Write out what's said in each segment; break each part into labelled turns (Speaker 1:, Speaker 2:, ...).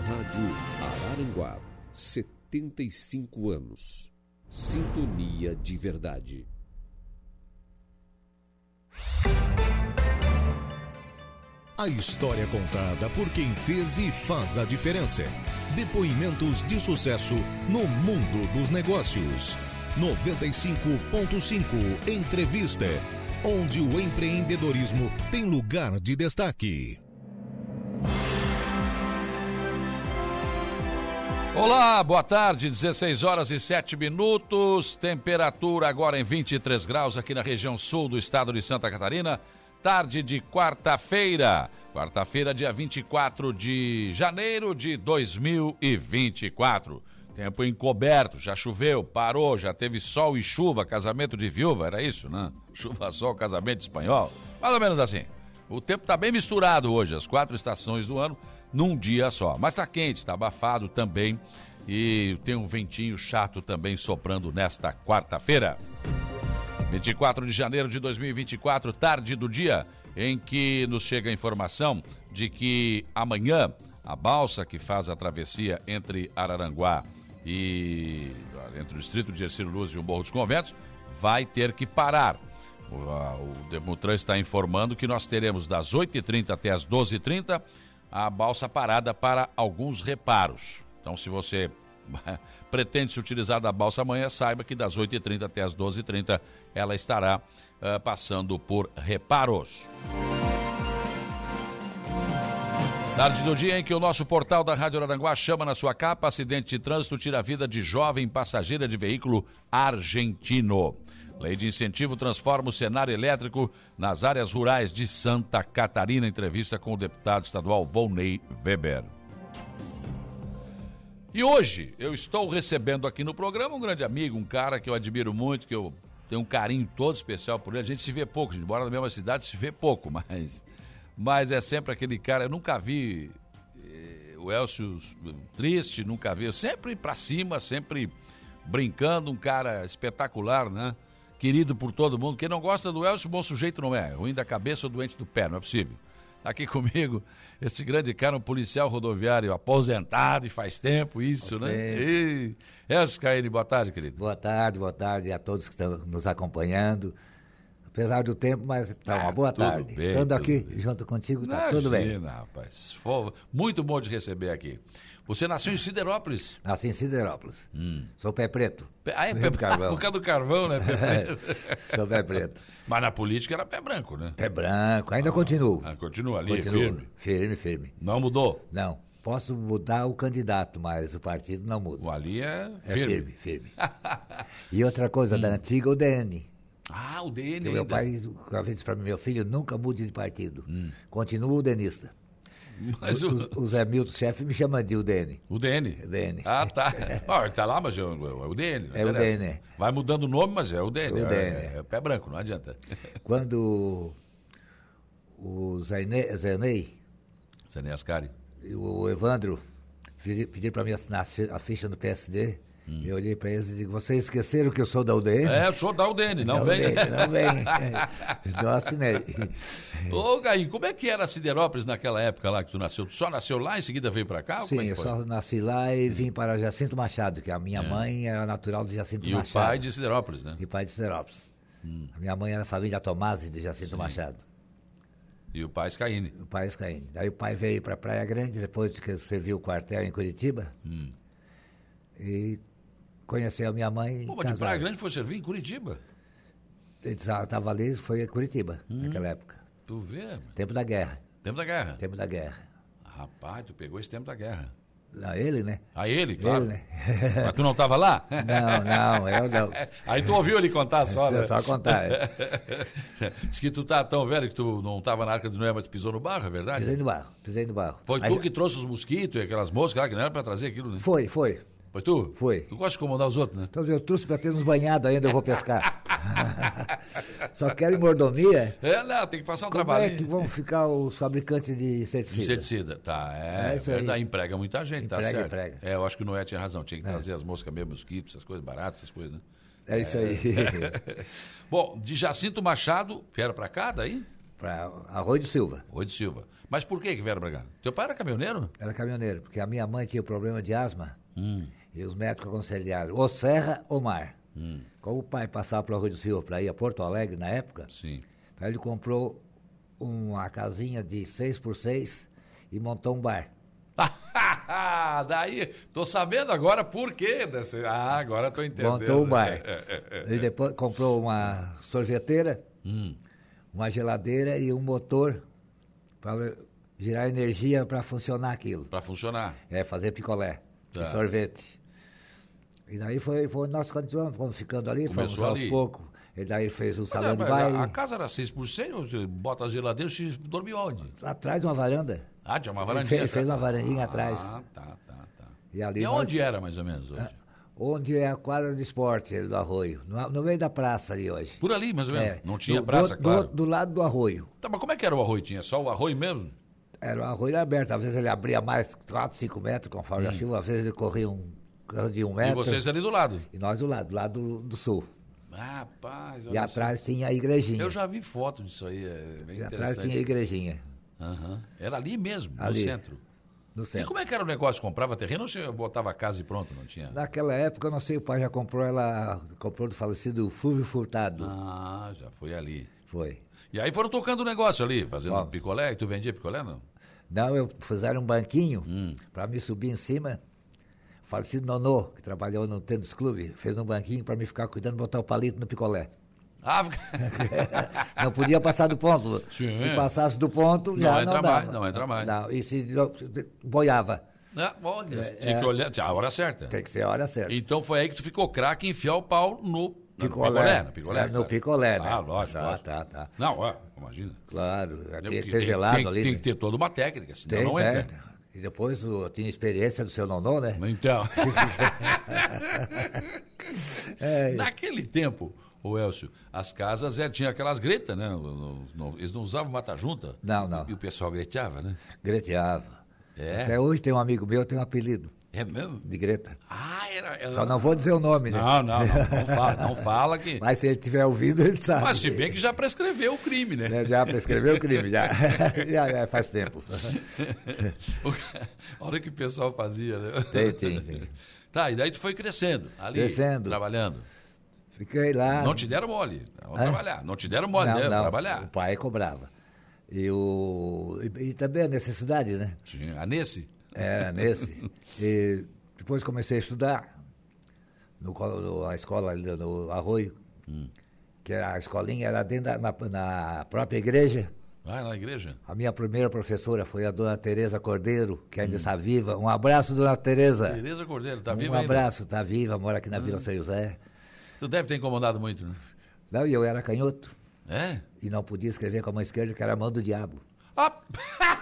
Speaker 1: Rádio Araranguá, 75 anos. Sintonia de verdade.
Speaker 2: A história contada por quem fez e faz a diferença. Depoimentos de sucesso no mundo dos negócios. 95.5 Entrevista, onde o empreendedorismo tem lugar de destaque.
Speaker 3: Olá, boa tarde, 16 horas e 7 minutos, temperatura agora em 23 graus aqui na região sul do estado de Santa Catarina, tarde de quarta-feira, quarta-feira, dia 24 de janeiro de 2024. Tempo encoberto, já choveu, parou, já teve sol e chuva, casamento de viúva, era isso, né? Chuva, sol, casamento espanhol, mais ou menos assim. O tempo tá bem misturado hoje, as quatro estações do ano num dia só. Mas tá quente, tá abafado também e tem um ventinho chato também soprando nesta quarta-feira. 24 de janeiro de 2024, tarde do dia em que nos chega a informação de que amanhã a balsa que faz a travessia entre Araranguá e entre o distrito de Ercílio Luz e o Morro dos Conventos vai ter que parar. O, a- o Demutran está informando que nós teremos das 8h30 até as 12h30 a balsa parada para alguns reparos. Então, se você pretende se utilizar da balsa amanhã, saiba que das 8h30 até as 12h30 ela estará ah, passando por reparos. Tarde do dia em que o nosso portal da Rádio Aranguá chama na sua capa acidente de trânsito tira a vida de jovem passageira de veículo argentino. Lei de incentivo transforma o cenário elétrico nas áreas rurais de Santa Catarina. Entrevista com o deputado estadual Volney Weber. E hoje eu estou recebendo aqui no programa um grande amigo, um cara que eu admiro muito, que eu tenho um carinho todo especial por ele. A gente se vê pouco, a gente mora na mesma cidade, se vê pouco, mas, mas é sempre aquele cara. Eu nunca vi eh, o Elcio triste, nunca vi. Eu sempre pra cima, sempre brincando, um cara espetacular, né? Querido por todo mundo. Quem não gosta do Elcio, bom sujeito não é. Ruim da cabeça ou doente do pé, não é possível. Aqui comigo, este grande cara, um policial rodoviário aposentado e faz tempo isso, né? Ei, Elcio Caíne, boa tarde, querido.
Speaker 4: Boa tarde, boa tarde a todos que estão nos acompanhando. Apesar do tempo, mas tá
Speaker 3: Ah,
Speaker 4: uma boa
Speaker 3: tudo
Speaker 4: tarde.
Speaker 3: bem,
Speaker 4: Estando
Speaker 3: tudo
Speaker 4: aqui
Speaker 3: bem.
Speaker 4: junto contigo, tá tudo bem.
Speaker 3: Imagina, rapaz. Fo- Muito bom de receber aqui. Você nasceu em Siderópolis.
Speaker 4: Nasci em Siderópolis.
Speaker 3: Hum.
Speaker 4: Sou pé preto.
Speaker 3: Pe- Ah, é
Speaker 4: Do
Speaker 3: pé-
Speaker 4: Rio do Carvão. É.
Speaker 3: por causa do carvão, né? Pepe?
Speaker 4: Sou pé preto.
Speaker 3: Mas na política era pé branco, né?
Speaker 4: Pé branco, ainda continuo.
Speaker 3: Ah, continua ali,
Speaker 4: Continuo.
Speaker 3: firme.
Speaker 4: Firme, firme.
Speaker 3: Não mudou.
Speaker 4: Não, posso mudar o candidato, mas o partido não muda.
Speaker 3: O ali é firme.
Speaker 4: É firme, firme. e outra coisa da antiga, o DN.
Speaker 3: Ah, o DN
Speaker 4: Que Então, meu
Speaker 3: ainda.
Speaker 4: pai uma vez disse para mim, meu filho, nunca mude de partido.
Speaker 3: Hum.
Speaker 4: Continua o denista.
Speaker 3: Mas
Speaker 4: O,
Speaker 3: o,
Speaker 4: o Zé Milton, chefe, me chama de o DN.
Speaker 3: o DN.
Speaker 4: DN.
Speaker 3: Ah, tá. Ó, ele tá lá, mas é o, é o DN. não
Speaker 4: É o
Speaker 3: interessa.
Speaker 4: DN.
Speaker 3: Vai mudando o nome, mas é o DN.
Speaker 4: O
Speaker 3: é,
Speaker 4: DN.
Speaker 3: é pé branco, não adianta.
Speaker 4: Quando o Zaine- Zainei
Speaker 3: Zané Ascari.
Speaker 4: e o Evandro fiz- pediram para mim assinar a fi- a ficha do PSD, eu olhei para eles e digo, vocês esqueceram que eu sou da UDN?
Speaker 3: Hum. É, só dá o DN, não, vem.
Speaker 4: vem, não vem. Então assinei.
Speaker 3: Ô, Gaí, como é que era Siderópolis naquela época lá que tu nasceu? Tu só nasceu lá e em seguida veio pra cá? Ou como
Speaker 4: Sim,
Speaker 3: é que
Speaker 4: eu
Speaker 3: foi? É.
Speaker 4: só nasci lá e vim para Jacinto Machado, que a minha mãe era natural de Jacinto
Speaker 3: E o
Speaker 4: Machado.
Speaker 3: pai de Hum. Siderópolis, né?
Speaker 4: E pai de Serópolis. A minha mãe era da família Tomasi de Jacinto Machado.
Speaker 3: E o pai Scaini.
Speaker 4: O pai Escaíne. Daí o pai veio para Praia Grande, depois que ele serviu o quartel em Curitiba.
Speaker 3: Hum.
Speaker 4: E conheceu a minha mãe.
Speaker 3: Pô, mas
Speaker 4: e
Speaker 3: de Praia
Speaker 4: casaram.
Speaker 3: Grande foi servir em Curitiba.
Speaker 4: Ele estava ali, foi a Curitiba,
Speaker 3: Hum.
Speaker 4: naquela época.
Speaker 3: Tu vê, mano.
Speaker 4: Tempo da guerra.
Speaker 3: tempo da guerra.
Speaker 4: Tempo da guerra.
Speaker 3: Rapaz, tu pegou esse tempo da guerra.
Speaker 4: Não, ele, né?
Speaker 3: A ele, claro.
Speaker 4: né?
Speaker 3: Mas tu não tava lá?
Speaker 4: Não, não, eu não.
Speaker 3: Aí tu ouviu ele contar só, né?
Speaker 4: Deixa eu só contar.
Speaker 3: Diz que tu tá tão velho que tu não tava na Arca de Noé, mas tu pisou no barro, é verdade?
Speaker 4: Pisei no barro, pisei no barro.
Speaker 3: Foi
Speaker 4: Aí-
Speaker 3: tu que trouxe os mosquitos e aquelas moscas lá que não era pra trazer aquilo, né?
Speaker 4: Foi, foi.
Speaker 3: Foi tu?
Speaker 4: Foi.
Speaker 3: Tu gosta de comandar os outros, né?
Speaker 4: Então eu trouxe para ter uns banhados ainda, eu vou pescar. Só quero em mordomia.
Speaker 3: É, não, tem que passar um
Speaker 4: Como
Speaker 3: trabalho.
Speaker 4: é que vão ficar os fabricantes de inseticida?
Speaker 3: Inseticida, tá. É,
Speaker 4: É isso aí.
Speaker 3: verdade, emprega muita gente, tá
Speaker 4: Emprega,
Speaker 3: certo.
Speaker 4: emprega.
Speaker 3: É, eu acho que o Noé tinha razão, tinha que trazer as moscas mesmo, mosquitos, essas coisas baratas, essas coisas, né?
Speaker 4: É isso aí.
Speaker 3: Bom, de Jacinto Machado, vieram pra cá daí?
Speaker 4: para Arroio de Silva.
Speaker 3: Arroio de Silva. Mas por que que vieram pra cá? Teu pai era caminhoneiro?
Speaker 4: Era caminhoneiro, é porque a minha mãe tinha problema de asma.
Speaker 3: Hum.
Speaker 4: E os médicos aconselharam ou serra ou mar.
Speaker 3: Hum.
Speaker 4: Como o pai passava para Arroio de Silva para ir a Porto Alegre na época,
Speaker 3: Sim.
Speaker 4: Aí ele comprou uma casinha de 6 por 6 e montou um bar.
Speaker 3: Daí, tô sabendo agora por quê. Desse... Ah, agora tô entendendo.
Speaker 4: montou um bar.
Speaker 3: É, é, é. Hum.
Speaker 4: Ele depois comprou uma sorveteira, uma geladeira e um motor para gerar energia para funcionar aquilo.
Speaker 3: Pra funcionar.
Speaker 4: É, fazer picolé
Speaker 3: Tá.
Speaker 4: de sorvete. E daí foi, foi nós continuamos, fomos ficando ali, fomos
Speaker 3: Começou
Speaker 4: aos
Speaker 3: ali.
Speaker 4: poucos. E daí fez o salão
Speaker 3: Mas,
Speaker 4: de
Speaker 3: mas,
Speaker 4: baile,
Speaker 3: a casa era 6 por 100, você bota a geladeira e dormiu onde?
Speaker 4: atrás de uma varanda.
Speaker 3: Ah, tinha uma
Speaker 4: Ele
Speaker 3: varandinha.
Speaker 4: fez- ele fez uma
Speaker 3: atrás.
Speaker 4: varandinha atrás.
Speaker 3: Ah, tá, tá, tá.
Speaker 4: E ali
Speaker 3: E
Speaker 4: nós-
Speaker 3: onde era, mais ou menos, hoje?
Speaker 4: Onde é a quadra de esporte ali do Arroio, no, no meio da praça ali hoje.
Speaker 3: Por ali, mais ou menos.
Speaker 4: É,
Speaker 3: Tá Não tinha
Speaker 4: do-
Speaker 3: praça,
Speaker 4: do,
Speaker 3: claro.
Speaker 4: Do, do lado do Arroio.
Speaker 3: Tá, mas como é que era o arroio? Tinha só o arroio mesmo?
Speaker 4: Era um arroio aberto, às vezes ele abria mais 4, 5 metros conforme a chuva, às vezes ele corria um carro de um metro.
Speaker 3: Hum. E vocês ali do lado.
Speaker 4: E nós do lado, do lado do, do sul.
Speaker 3: Rapaz,
Speaker 4: e
Speaker 3: olha só.
Speaker 4: atrás tinha a igrejinha.
Speaker 3: Eu já vi foto disso aí, é bem
Speaker 4: e atrás tinha
Speaker 3: interessante.
Speaker 4: a igrejinha,
Speaker 3: Aham. Era ali mesmo,
Speaker 4: Ali.
Speaker 3: no centro.
Speaker 4: no
Speaker 3: E
Speaker 4: centro.
Speaker 3: como é que era o negócio? Comprava terreno ou você botava a casa e pronto, não tinha?
Speaker 4: Naquela época, eu não sei, o pai já comprou ela, comprou do falecido Fulvio Furtado.
Speaker 3: Ah, já foi ali.
Speaker 4: Foi.
Speaker 3: E aí foram tocando o negócio ali, fazendo
Speaker 4: Ó.
Speaker 3: picolé. E tu vendia picolé, não?
Speaker 4: Não, eu fizeram um banquinho
Speaker 3: Hum.
Speaker 4: para me subir em cima. O falecido Nonô, que trabalhou no tênis clube, fez um banquinho para me ficar cuidando, botar o palito no picolé.
Speaker 3: Ah,
Speaker 4: Não podia passar do ponto.
Speaker 3: Sim.
Speaker 4: Se passasse do ponto, já não
Speaker 3: entra
Speaker 4: dava.
Speaker 3: mais, não é entra mais.
Speaker 4: Não, e se boiava.
Speaker 3: Ah, olha, tinha que olhar, tinha a hora certa.
Speaker 4: É, Tem que ser a hora certa.
Speaker 3: Então foi aí que tu ficou craque em enfiar o pau no no
Speaker 4: Picolé.
Speaker 3: No picolé,
Speaker 4: É, no
Speaker 3: claro.
Speaker 4: picolé, né?
Speaker 3: Ah, lógico.
Speaker 4: Tá,
Speaker 3: lógico.
Speaker 4: tá, tá.
Speaker 3: Não, ó, imagina.
Speaker 4: Claro, já tinha
Speaker 3: Porque
Speaker 4: que ter gelado
Speaker 3: tem,
Speaker 4: ali.
Speaker 3: Tem
Speaker 4: né?
Speaker 3: que ter toda uma técnica, senão
Speaker 4: Tem,
Speaker 3: não
Speaker 4: né?
Speaker 3: entra.
Speaker 4: E depois o- eu tinha experiência do seu nonô, né?
Speaker 3: Então.
Speaker 4: É,
Speaker 3: Naquele tempo, o Elcio, as casas é, tinha aquelas gretas, né? No- no- no- eles não usavam mata-junta.
Speaker 4: Não, não.
Speaker 3: E o pessoal greteava, né?
Speaker 4: Greteava.
Speaker 3: É.
Speaker 4: Até hoje tem um amigo meu, tem um apelido
Speaker 3: É mesmo?
Speaker 4: de Greta.
Speaker 3: Ah, era. era-
Speaker 4: Só não vou dizer o nome, né?
Speaker 3: não, não, não, não fala, não fala Ah, que.
Speaker 4: Mas se ele estiver ouvindo, ele sabe.
Speaker 3: Mas se bem que já prescreveu o crime, né?
Speaker 4: Né, Já prescreveu o crime, já. já, já faz tempo.
Speaker 3: O ca- A hora que o pessoal fazia, né?
Speaker 4: Tem, tem, tem.
Speaker 3: Tá, e daí tu foi crescendo, ali,
Speaker 4: Crescendo.
Speaker 3: trabalhando.
Speaker 4: Fiquei lá.
Speaker 3: Não te deram mole, vamos
Speaker 4: Hã?
Speaker 3: trabalhar. Não te deram mole, né?
Speaker 4: O
Speaker 3: Trabalhar.
Speaker 4: pai cobrava. E, o, e, e também a necessidade, né?
Speaker 3: Sim, A ah, nesse?
Speaker 4: Era É, nesse. E depois comecei a estudar no, colo- no- a escola ali no Arroio,
Speaker 3: Hum.
Speaker 4: que era a escolinha era dentro da, na, na própria igreja.
Speaker 3: Vai na igreja.
Speaker 4: A minha primeira professora foi a dona Tereza Cordeiro, que ainda está viva. Um abraço, dona Tereza.
Speaker 3: Tereza Cordeiro, Hum. tá
Speaker 4: um
Speaker 3: viva ainda? Hum.
Speaker 4: abraço, está viva, mora aqui na Vila São José.
Speaker 3: Tu deve ter incomodado muito, né?
Speaker 4: Não, e eu era canhoto
Speaker 3: É?
Speaker 4: e não podia escrever com a mão esquerda, que era a mão do diabo.
Speaker 3: Ah,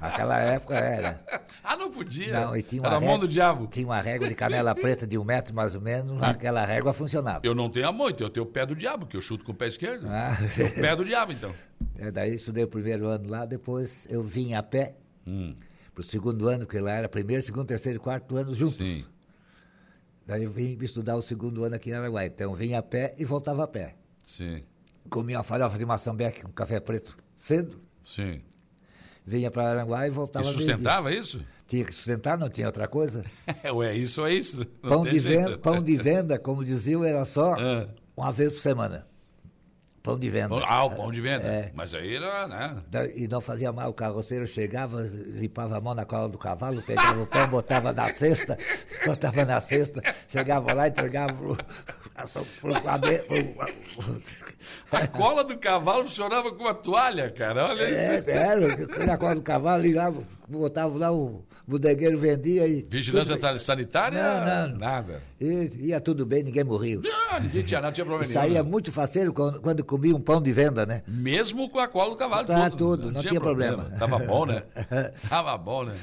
Speaker 4: Naquela época era.
Speaker 3: ah, não podia.
Speaker 4: Não, e tinha uma
Speaker 3: Era a mão
Speaker 4: régua-
Speaker 3: do diabo. Hum.
Speaker 4: Tinha uma régua de canela preta de um metro mais ou menos, aquela régua funcionava.
Speaker 3: Eu não tenho a mão, então eu tenho o pé do diabo, que eu chuto com o pé esquerdo.
Speaker 4: Ah.
Speaker 3: Tenho O pé do diabo, então.
Speaker 4: É, daí estudei o primeiro ano lá, depois eu vim a pé
Speaker 3: Hum.
Speaker 4: pro segundo ano, porque lá era primeiro, segundo, terceiro e quarto ano junto.
Speaker 3: Sim.
Speaker 4: Daí eu vim estudar o segundo ano aqui em Araguaia. Então vim a pé e voltava a pé.
Speaker 3: Sim.
Speaker 4: Comia uma farofa de maçambeque com café preto cedo,
Speaker 3: Sim.
Speaker 4: vinha para Araguaia e voltava
Speaker 3: E
Speaker 4: meio-dia.
Speaker 3: sustentava isso?
Speaker 4: Tinha que sustentar, não tinha outra coisa.
Speaker 3: É, ué, isso é isso. Não
Speaker 4: Pão
Speaker 3: tem
Speaker 4: de,
Speaker 3: jeito.
Speaker 4: venda, pão de venda, como diziam, era só
Speaker 3: Ah.
Speaker 4: uma vez por semana. Pão de venda.
Speaker 3: Ah, o pão de venda.
Speaker 4: É.
Speaker 3: Mas aí era, né?
Speaker 4: Da- E não fazia mal, o carroceiro chegava, limpava a mão na cola do cavalo, pegava o pão, botava na cesta, botava na cesta, chegava lá, entregava pro, açou- pro, padeiro, pro-
Speaker 3: A cola do cavalo funcionava com uma toalha, cara. Olha isso.
Speaker 4: É, era, põe na cola do cavalo, ligava, botava lá, o bodegueiro vendia e.
Speaker 3: Vigilância
Speaker 4: tudo,
Speaker 3: sani- sanitária?
Speaker 4: Não, não.
Speaker 3: Nada.
Speaker 4: e ia tudo bem, ninguém morria.
Speaker 3: Não, ninguém tinha, não tinha
Speaker 4: E
Speaker 3: problema
Speaker 4: saía
Speaker 3: nenhum.
Speaker 4: muito faceiro quando, quando comia um pão de venda, né?
Speaker 3: Mesmo com a cola do cavalo.
Speaker 4: Tá, tudo, não tinha problema.
Speaker 3: Tava bom, né? Tava bom, né?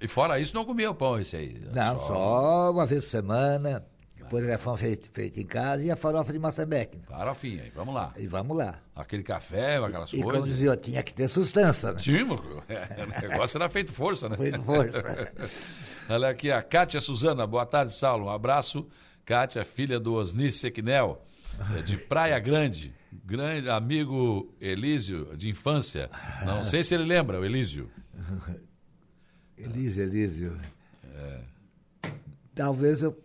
Speaker 3: E fora isso, não comia o pão esse aí.
Speaker 4: Não, só uma vez por semana, depois era fã feito, feito em casa e a farofa de maçambeque.
Speaker 3: Farofinha aí, vamos lá.
Speaker 4: E vamos lá.
Speaker 3: Aquele café, aquelas
Speaker 4: E como
Speaker 3: coisas.
Speaker 4: dizia, eu tinha que ter sustância, né?
Speaker 3: Sim, mano. É, o negócio era feito força, né?
Speaker 4: Foi de força.
Speaker 3: Olha aqui a Kátia Suzana. Boa tarde, Saulo. Um abraço. Kátia, filha do Osni Sequinel. é de Praia Grande, grande amigo Elísio de infância. Não sei se ele lembra, o Elísio.
Speaker 4: Elísio, Elísio.
Speaker 3: É.
Speaker 4: Talvez eu,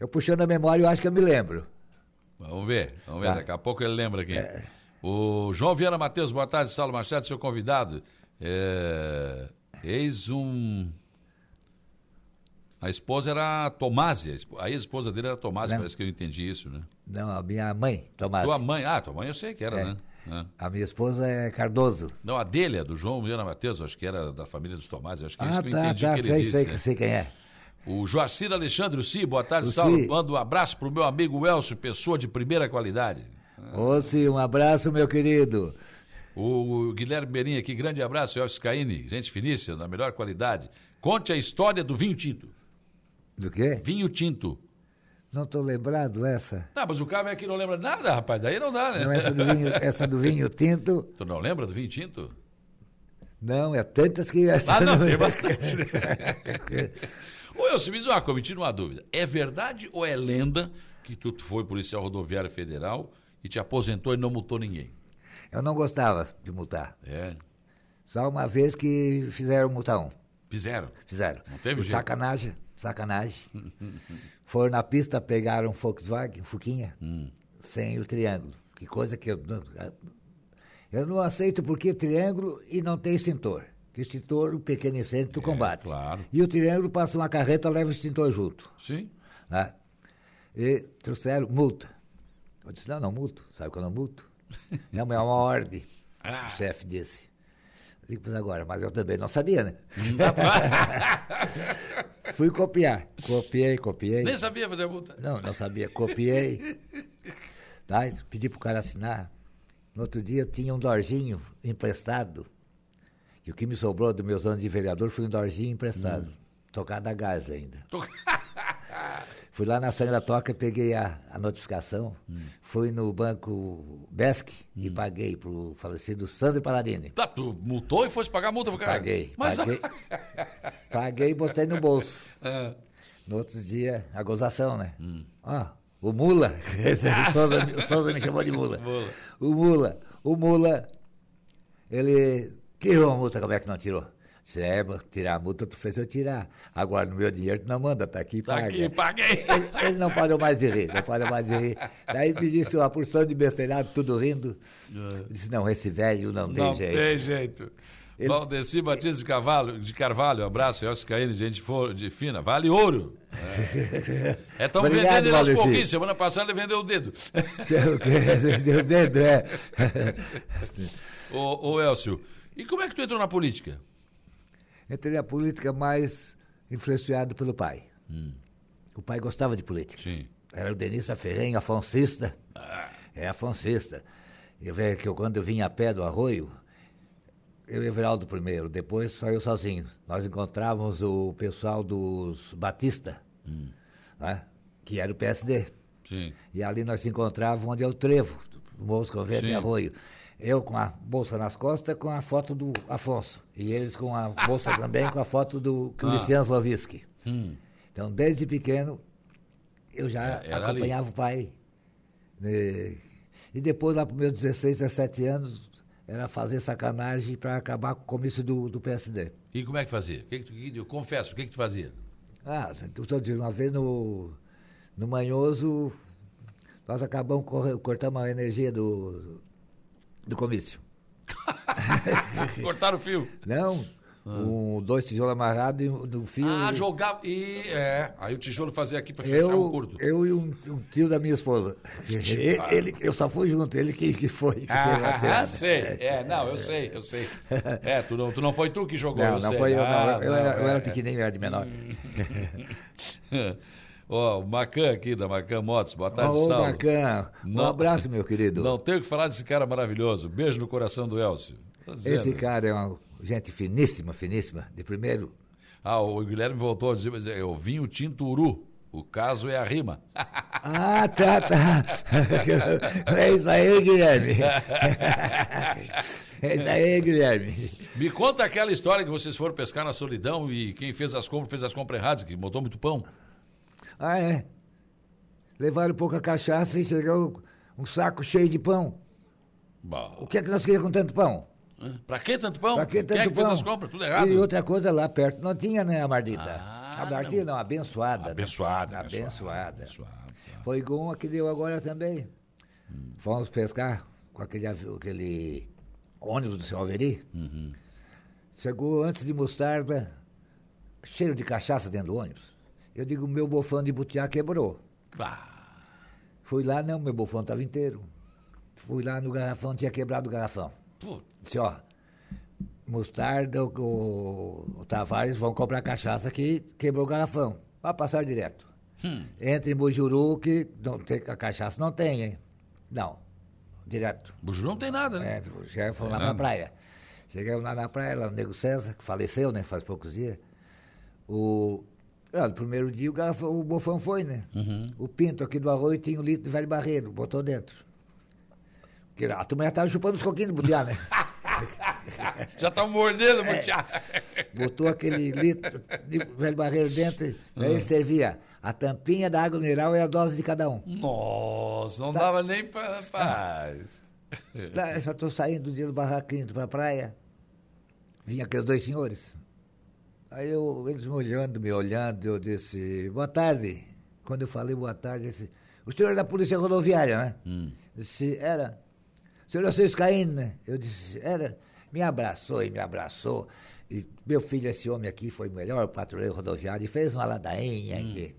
Speaker 4: eu puxando a memória, eu acho que eu me lembro.
Speaker 3: Vamos ver, vamos ver.
Speaker 4: Tá. É.
Speaker 3: Daqui a pouco ele lembra quem. O João Vieira Matheus, boa tarde, Saulo Machado, seu convidado. É, eis um. A esposa era a Tomásia, a espo- a ex-esposa dele era Tomásia,
Speaker 4: Lembra?
Speaker 3: parece que eu entendi isso, né?
Speaker 4: Não, a minha mãe, Tomás.
Speaker 3: Tua mãe, ah, tua mãe eu sei que era,
Speaker 4: É.
Speaker 3: né? É.
Speaker 4: A minha esposa é Cardoso.
Speaker 3: Não, a dele, a do João Vieira Matheus, acho que era da família dos Tomásia, acho que é isso
Speaker 4: ah,
Speaker 3: que eu
Speaker 4: tá,
Speaker 3: entendi
Speaker 4: tá,
Speaker 3: que ele
Speaker 4: sei,
Speaker 3: disse.
Speaker 4: sei,
Speaker 3: né?
Speaker 4: sei quem é.
Speaker 3: O Joacir Alexandre, o Si, boa tarde,
Speaker 4: O
Speaker 3: Saulo.
Speaker 4: Si.
Speaker 3: Manda um abraço pro meu amigo Elcio, pessoa de primeira qualidade.
Speaker 4: Ô, sim, um abraço, meu querido.
Speaker 3: O Guilherme Beirinha aqui, grande abraço, Elcio Caine, gente finíssima, da melhor qualidade. Conte a história do vinho tinto.
Speaker 4: Do quê?
Speaker 3: Vinho tinto.
Speaker 4: Não tô lembrado essa.
Speaker 3: Não, mas o cara é que não lembra nada, rapaz, daí não dá, né?
Speaker 4: Não, é- essa do vinho, essa do vinho tinto.
Speaker 3: Tu não lembra do vinho tinto?
Speaker 4: Não, é tantas que.
Speaker 3: Ah, não, tem bastante. né? Ô, Elcio, me diz uma coisa, me tira uma dúvida. É verdade ou é lenda que tu foi policial rodoviário federal e te aposentou e não multou ninguém?
Speaker 4: Eu não gostava de multar.
Speaker 3: É,
Speaker 4: Só uma vez que fizeram multar um.
Speaker 3: fizeram.
Speaker 4: Fizeram.
Speaker 3: Não teve
Speaker 4: Por
Speaker 3: jeito.
Speaker 4: Sacanagem, sacanagem. Foram na pista, pegaram um Volkswagen, um Fuquinha,
Speaker 3: Hum.
Speaker 4: sem o triângulo. Que coisa que eu. não- Eu não aceito porque triângulo e não tem extintor. Que extintor, o pequeno incêndio, tu combate.
Speaker 3: É, claro.
Speaker 4: E o triângulo passa uma carreta, leva o extintor junto.
Speaker 3: Sim?
Speaker 4: né? E trouxeram multa. Eu disse, não, não multo. Sabe que eu não multo? não, mas é uma ordem.
Speaker 3: Ah.
Speaker 4: O chefe disse. Eu digo, pois agora, mas eu também não sabia, né? Fui copiar. Copiei, copiei.
Speaker 3: Nem sabia fazer a multa.
Speaker 4: Não, não sabia. Copiei. tá? Pedi pro cara assinar. No outro dia eu tinha um dorzinho emprestado. E o que me sobrou dos meus anos de vereador foi um dorzinho emprestado. Tocado a gás ainda.
Speaker 3: Tô-
Speaker 4: Fui lá na Sangra Toca, peguei a, a notificação, fui no banco BESC e paguei pro falecido Sandro Paladini.
Speaker 3: Tá, tu multou e fosse pagar a multa pro cara.
Speaker 4: Paguei,
Speaker 3: É, Mas, ah,
Speaker 4: paguei. paguei e botei no bolso.
Speaker 3: Ah.
Speaker 4: No outro dia, a gozação, né? Ó, o Mula, o Souza, o Souza me chamou de Mula.
Speaker 3: Mula.
Speaker 4: O Mula, o Mula, ele tirou a multa, como é que não tirou? Disse, é, mas tirar a multa tu fez eu tirar. Agora no meu dinheiro tu não manda, tá aqui,
Speaker 3: Tá
Speaker 4: paga.
Speaker 3: aqui, paguei.
Speaker 4: Ele, ele não parou mais de rir, não parou mais de rir. Daí me disse uma porção de besteirado, tudo rindo. Disse, não, esse velho não tem
Speaker 3: não
Speaker 4: jeito.
Speaker 3: tem jeito. Valdeci Batista de Carvalho, de Carvalho, abraço, Elcio Caíne, gente for, de fina, vale ouro. É, estamos
Speaker 4: Obrigado,
Speaker 3: vendendo ele aos
Speaker 4: Valdeci.
Speaker 3: pouquinhos, semana passada ele vendeu o dedo.
Speaker 4: Deu o quê? Deu o dedo, é.
Speaker 3: ô, ô, Elcio, e como é que tu entrou na política?
Speaker 4: Entrei na política mais influenciado pelo pai. O pai gostava de política.
Speaker 3: Sim.
Speaker 4: Era o Denista Ferrenho, afoncista. É afoncista. Eu vejo que eu, quando eu vinha a pé do arroio, eu e o Everaldo primeiro, depois só eu sozinho. Nós encontrávamos o pessoal dos Batista, né, que era o PSD.
Speaker 3: Sim.
Speaker 4: E ali nós se encontrávamos onde é o trevo, o Moço Convento
Speaker 3: Sim.
Speaker 4: e Arroio. Eu com a bolsa nas costas, com a foto do Afonso. E eles com a bolsa também, com a foto do Cristian
Speaker 3: Ah.
Speaker 4: Sloviski. Então, desde pequeno, eu já
Speaker 3: Hum. É, era
Speaker 4: acompanhava o pai. E, e depois, lá para meus 16, 17 anos, era fazer sacanagem para acabar com o comício do, do PSD.
Speaker 3: E como é que fazia? O que que tu- que- eu confesso, o que, que tu fazia?
Speaker 4: Ah, eu tô dizendo, uma vez no, no Manhoso, nós acabamos, corre- cortamos a energia do, do comício.
Speaker 3: Cortaram o fio.
Speaker 4: Não, um, dois tijolos amarrados e um- no fio.
Speaker 3: Ah, jogava. E é, aí o tijolo fazia aqui pra fechar o é
Speaker 4: eu,
Speaker 3: curto.
Speaker 4: eu e um, um tio da minha esposa. ele, ele- eu só fui junto, ele que, que foi. Que fez a
Speaker 3: Ah,
Speaker 4: piada.
Speaker 3: sei. É, não, eu sei, eu sei. É, tu não, tu não foi tu que jogou,
Speaker 4: Não,
Speaker 3: eu
Speaker 4: não
Speaker 3: sei.
Speaker 4: foi eu, não.
Speaker 3: Ah,
Speaker 4: Eu, eu era, eu
Speaker 3: é. Hum,
Speaker 4: era pequenininho, eu era de menor.
Speaker 3: Ó, o Macan aqui, da Macan Motos. Boa tarde,
Speaker 4: Ô,
Speaker 3: Saulo.
Speaker 4: Macan, um
Speaker 3: Não-
Speaker 4: abraço, meu querido.
Speaker 3: Não tenho o que falar desse cara maravilhoso. Beijo no coração do Elcio. Tô dizendo.
Speaker 4: Esse cara é uma gente finíssima, finíssima, de primeiro.
Speaker 3: Ah, o Guilherme voltou a dizer, mas é, eu vim o tinto uru. O caso é a rima.
Speaker 4: Ah, tá, tá. É isso aí, Guilherme. É isso aí, Guilherme.
Speaker 3: Me conta aquela história que vocês foram pescar na solidão e quem fez as compras fez as compras erradas, que botou muito pão.
Speaker 4: Ah, é. levaram pouca cachaça e chegou um saco cheio de pão. O
Speaker 3: Bom,
Speaker 4: que é que nós queríamos com tanto pão?
Speaker 3: pra que tanto pão?
Speaker 4: Pra que tanto
Speaker 3: Quem é que
Speaker 4: pão?
Speaker 3: fez as compras? Tudo errado.
Speaker 4: E outra coisa lá perto, não tinha, né, a Mardita?
Speaker 3: Ah,
Speaker 4: a Mardita não, abençoada. né?
Speaker 3: Abençoada,
Speaker 4: Abençoada.
Speaker 3: abençoada.
Speaker 4: Foi com a que deu agora também. Fomos pescar com aquele, avi- aquele ônibus do seu Alveri. Chegou antes de mostarda, cheiro de cachaça dentro do ônibus. Eu digo, meu bofão de butiá quebrou.
Speaker 3: Ah,
Speaker 4: Fui lá, não, meu bofão estava inteiro. Fui lá no garrafão, tinha quebrado o garrafão.
Speaker 3: putz.
Speaker 4: Disse, ó, Mostarda, o, o- o Tavares vão comprar cachaça que quebrou o garrafão. Vai passar direto. Entra em Bujuru que não tem, a cachaça não tem, hein? Não, direto.
Speaker 3: Bujuru não tem nada, né?
Speaker 4: É, chegamos fomos lá na praia. Chegamos lá na praia, lá o Nego César, que faleceu, né, faz poucos dias. O, ah, no primeiro dia o, garrafão, o bofão foi, né? O pinto aqui do arroio tinha um litro de velho barreiro, botou dentro. Porque a turma já estava chupando os coquinhos do butiá, né?
Speaker 3: Já tá mordendo,
Speaker 4: É.
Speaker 3: Butiá.
Speaker 4: botou aquele litro de velho barreiro dentro, daí ele servia a tampinha da água mineral e a dose de cada um.
Speaker 3: Nossa, não dava nem pra. Rapaz.
Speaker 4: Lá, eu já estou saindo do dia do barraquinho para a praia, vinha aqueles dois senhores. Aí eu, eles me olhando, me olhando, eu disse, boa tarde. Quando eu falei boa tarde, eu disse, o senhor é da polícia rodoviária, né? Disse, era. O senhor é o seu Scaíno, né? Eu disse, era. Me abraçou e me abraçou. E meu filho, esse homem aqui, foi o melhor patrulheiro rodoviário e fez uma ladainha aqui.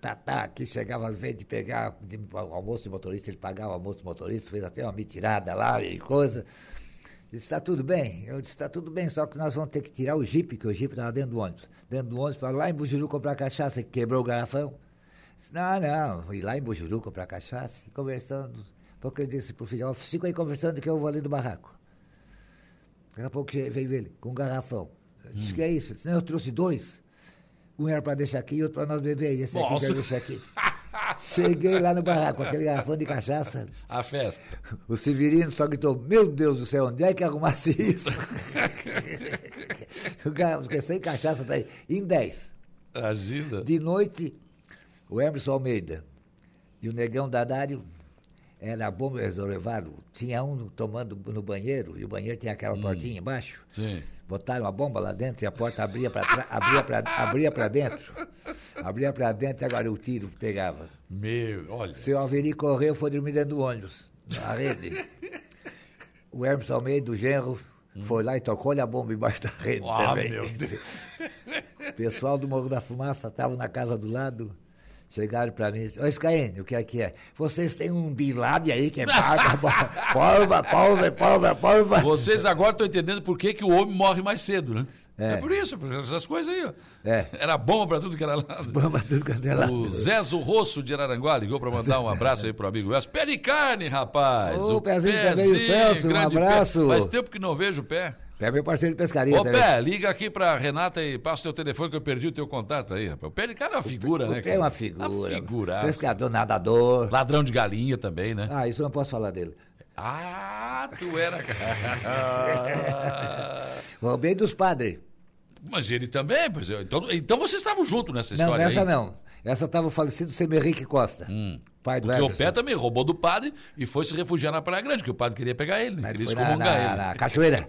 Speaker 4: Tatá aqui chegava, ao invés de pegar de- o almoço de motorista, ele pagava o almoço do motorista, fez até uma mentirada lá e coisa. Disse, está "Tá tudo bem? Eu disse, está tudo bem, só que nós vamos ter que tirar o jipe, que o jipe estava dentro do ônibus. Dentro do ônibus, para lá em Bujuru comprar cachaça, que quebrou o garrafão. Disse, não, não, fui lá em Bujuru comprar cachaça, e conversando. Porque ele disse para o filho, "Ó, fica aí conversando que eu vou ali do barraco. Daqui a pouco che- veio ele, com um garrafão. Eu Disse, que é isso? Ele Disse, não, eu trouxe dois. Um era para deixar aqui e outro para nós beber. E esse aqui
Speaker 3: Nossa.
Speaker 4: que eu deixei aqui. Cheguei lá no barraco, aquele garrafão de cachaça.
Speaker 3: A festa.
Speaker 4: O Severino só gritou: Meu Deus do céu, onde é que arrumasse isso? o cara, porque sem cachaça tá aí. Em 10.
Speaker 3: Agida.
Speaker 4: De noite, o Emerson Almeida e o Negão Dadário era bom, eles não levaram. Tinha um tomando no banheiro, e o banheiro tinha aquela portinha embaixo.
Speaker 3: Sim.
Speaker 4: Botaram a bomba lá dentro e a porta abria para abria pra, abria pra dentro. Abria para dentro e agora o tiro pegava.
Speaker 3: Meu, olha.
Speaker 4: Seu Alveri correu, foi dormir dentro do ônibus, na rede. o Hermes Almeida, o genro, foi lá e tocou-lhe a bomba embaixo da rede
Speaker 3: Hum. Ah,
Speaker 4: também.
Speaker 3: meu Deus.
Speaker 4: O pessoal do Morro da Fumaça estava na casa do lado, chegaram para mim e disseram, ô Scaene, o que é que é? Vocês têm um bilade aí que é barba, polva, polva, polva, polva.
Speaker 3: Vocês agora estão entendendo por que, que o homem morre mais cedo, né? É,
Speaker 4: É.
Speaker 3: por isso, por essas coisas aí, ó.
Speaker 4: É.
Speaker 3: Era bom pra tudo que era lado.
Speaker 4: Bomba tudo quanto é
Speaker 3: O
Speaker 4: lado.
Speaker 3: Zezo Rosso de Araranguá ligou pra mandar um abraço aí pro amigo Elcio. Pé de carne, rapaz.
Speaker 4: Ô, Pezinho também, o Celso, um
Speaker 3: grande
Speaker 4: abraço.
Speaker 3: Pé. Faz tempo que não vejo o pé.
Speaker 4: É meu parceiro de pescaria
Speaker 3: Ô,
Speaker 4: também.
Speaker 3: Pé, liga aqui pra Renata e passa o teu telefone que eu perdi o teu contato aí, rapaz. O Pé de carne é uma figura, né?
Speaker 4: O pé é uma
Speaker 3: cara?
Speaker 4: figura.
Speaker 3: Uma figuraça.
Speaker 4: Pescador, nadador.
Speaker 3: Ladrão de galinha também, né?
Speaker 4: Ah, isso eu não posso falar dele.
Speaker 3: Ah, tu era. cara.
Speaker 4: Roubei dos padres.
Speaker 3: Mas ele também, pois é. Então, então vocês estavam juntos nessa
Speaker 4: Não,
Speaker 3: história
Speaker 4: essa
Speaker 3: aí. Hum.
Speaker 4: não. Essa estava o falecido Semerrique Costa, pai do
Speaker 3: Porque o
Speaker 4: Everson.
Speaker 3: pé também roubou do padre e foi se refugiar na Praia Grande, que o padre queria pegar ele, né?
Speaker 4: Mas
Speaker 3: queria
Speaker 4: foi na,
Speaker 3: excomungar
Speaker 4: na,
Speaker 3: ele.
Speaker 4: na cachoeira.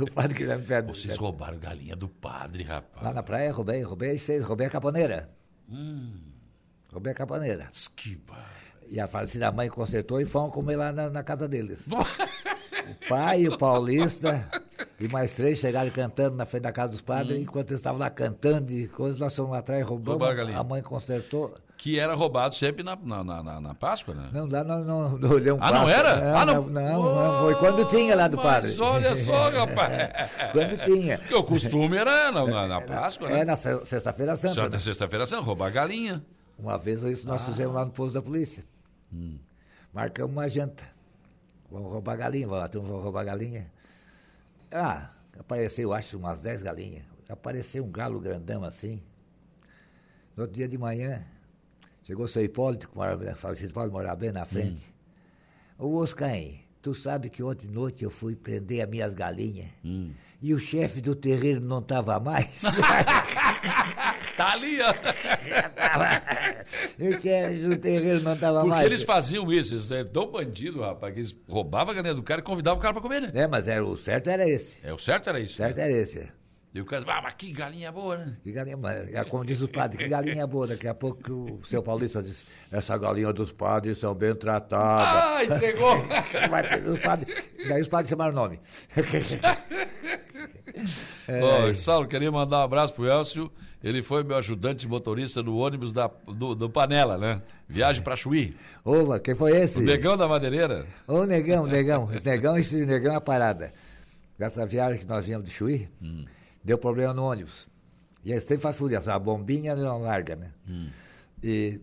Speaker 4: o padre que me pede.
Speaker 3: Vocês roubaram galinha do padre, rapaz.
Speaker 4: Lá na praia, roubei, roubei seis, roubei a caponeira.
Speaker 3: Hum.
Speaker 4: Roubei a caponeira.
Speaker 3: Diz Que bar-
Speaker 4: E a falecida mãe consertou e foram comer lá na, na casa deles. o pai, o paulista e mais três chegaram cantando na frente da casa dos padres. Enquanto eles estavam lá cantando e coisas, nós fomos lá atrás e roubamos.
Speaker 3: Hum. Roubaram a galinha.
Speaker 4: A mãe consertou.
Speaker 3: Que era roubado sempre na, na, na, na- na Páscoa, né?
Speaker 4: Não, lá não, não, não olhamos
Speaker 3: Ah, não
Speaker 4: Páscoa.
Speaker 3: era? ah,
Speaker 4: não, não, não, foi quando tinha lá do
Speaker 3: Mas
Speaker 4: padre. É.
Speaker 3: olha só, rapaz.
Speaker 4: Quando tinha.
Speaker 3: Porque o costume era na, na, na Páscoa,
Speaker 4: É
Speaker 3: né?
Speaker 4: na se- sexta-feira santa.
Speaker 3: Santa
Speaker 4: né?
Speaker 3: Sexta-feira Santa, roubar galinha.
Speaker 4: Uma vez isso
Speaker 3: Ah.
Speaker 4: nós fizemos lá no posto da polícia.
Speaker 3: Hum.
Speaker 4: Marcamos uma janta. Vamos roubar galinha, vamos, turma, vamos roubar galinha. Ah, apareceu, acho, umas 10 galinhas. Apareceu um galo grandão assim. No outro dia de manhã,
Speaker 3: Hum.
Speaker 4: chegou o seu Hipólito, que morava, falecido Hipólito, morava bem na frente. O Oscaim, Tu sabe que ontem de noite eu fui prender as minhas galinhas
Speaker 3: Hum.
Speaker 4: e o chefe do terreiro não estava mais.
Speaker 3: Tá ali, ó.
Speaker 4: o chefe do terreiro não estava
Speaker 3: Porque
Speaker 4: mais.
Speaker 3: eles faziam isso, eles eram tão bandido, rapaz, que eles roubavam a galinha do cara e convidavam o cara pra comer, né?
Speaker 4: É, mas era, o certo era esse.
Speaker 3: É, o certo era isso.
Speaker 4: O certo
Speaker 3: né?
Speaker 4: era esse.
Speaker 3: E o cara, ah, mas que galinha boa, né?
Speaker 4: Que galinha, mas, é como diz o padre, que galinha boa. Daqui a pouco que o seu Paulista diz: essa galinha dos padres são bem tratadas.
Speaker 3: Ah, entregou!
Speaker 4: Mas os padres- daí os padres chamaram o nome. É.
Speaker 3: Ô, Saulo, queria mandar um abraço pro Elcio. Ele foi meu ajudante de motorista no ônibus da, do, do Panela, né?
Speaker 4: É.
Speaker 3: Viagem pra Chuí.
Speaker 4: Opa, quem foi esse?
Speaker 3: Negão da Madeireira.
Speaker 4: Ô, negão, negão. Esse negão, esse negão é uma parada. Nessa viagem que nós viemos de Chuí, deu problema no ônibus. E ele sempre faz furiação. A bombinha não larga, né? E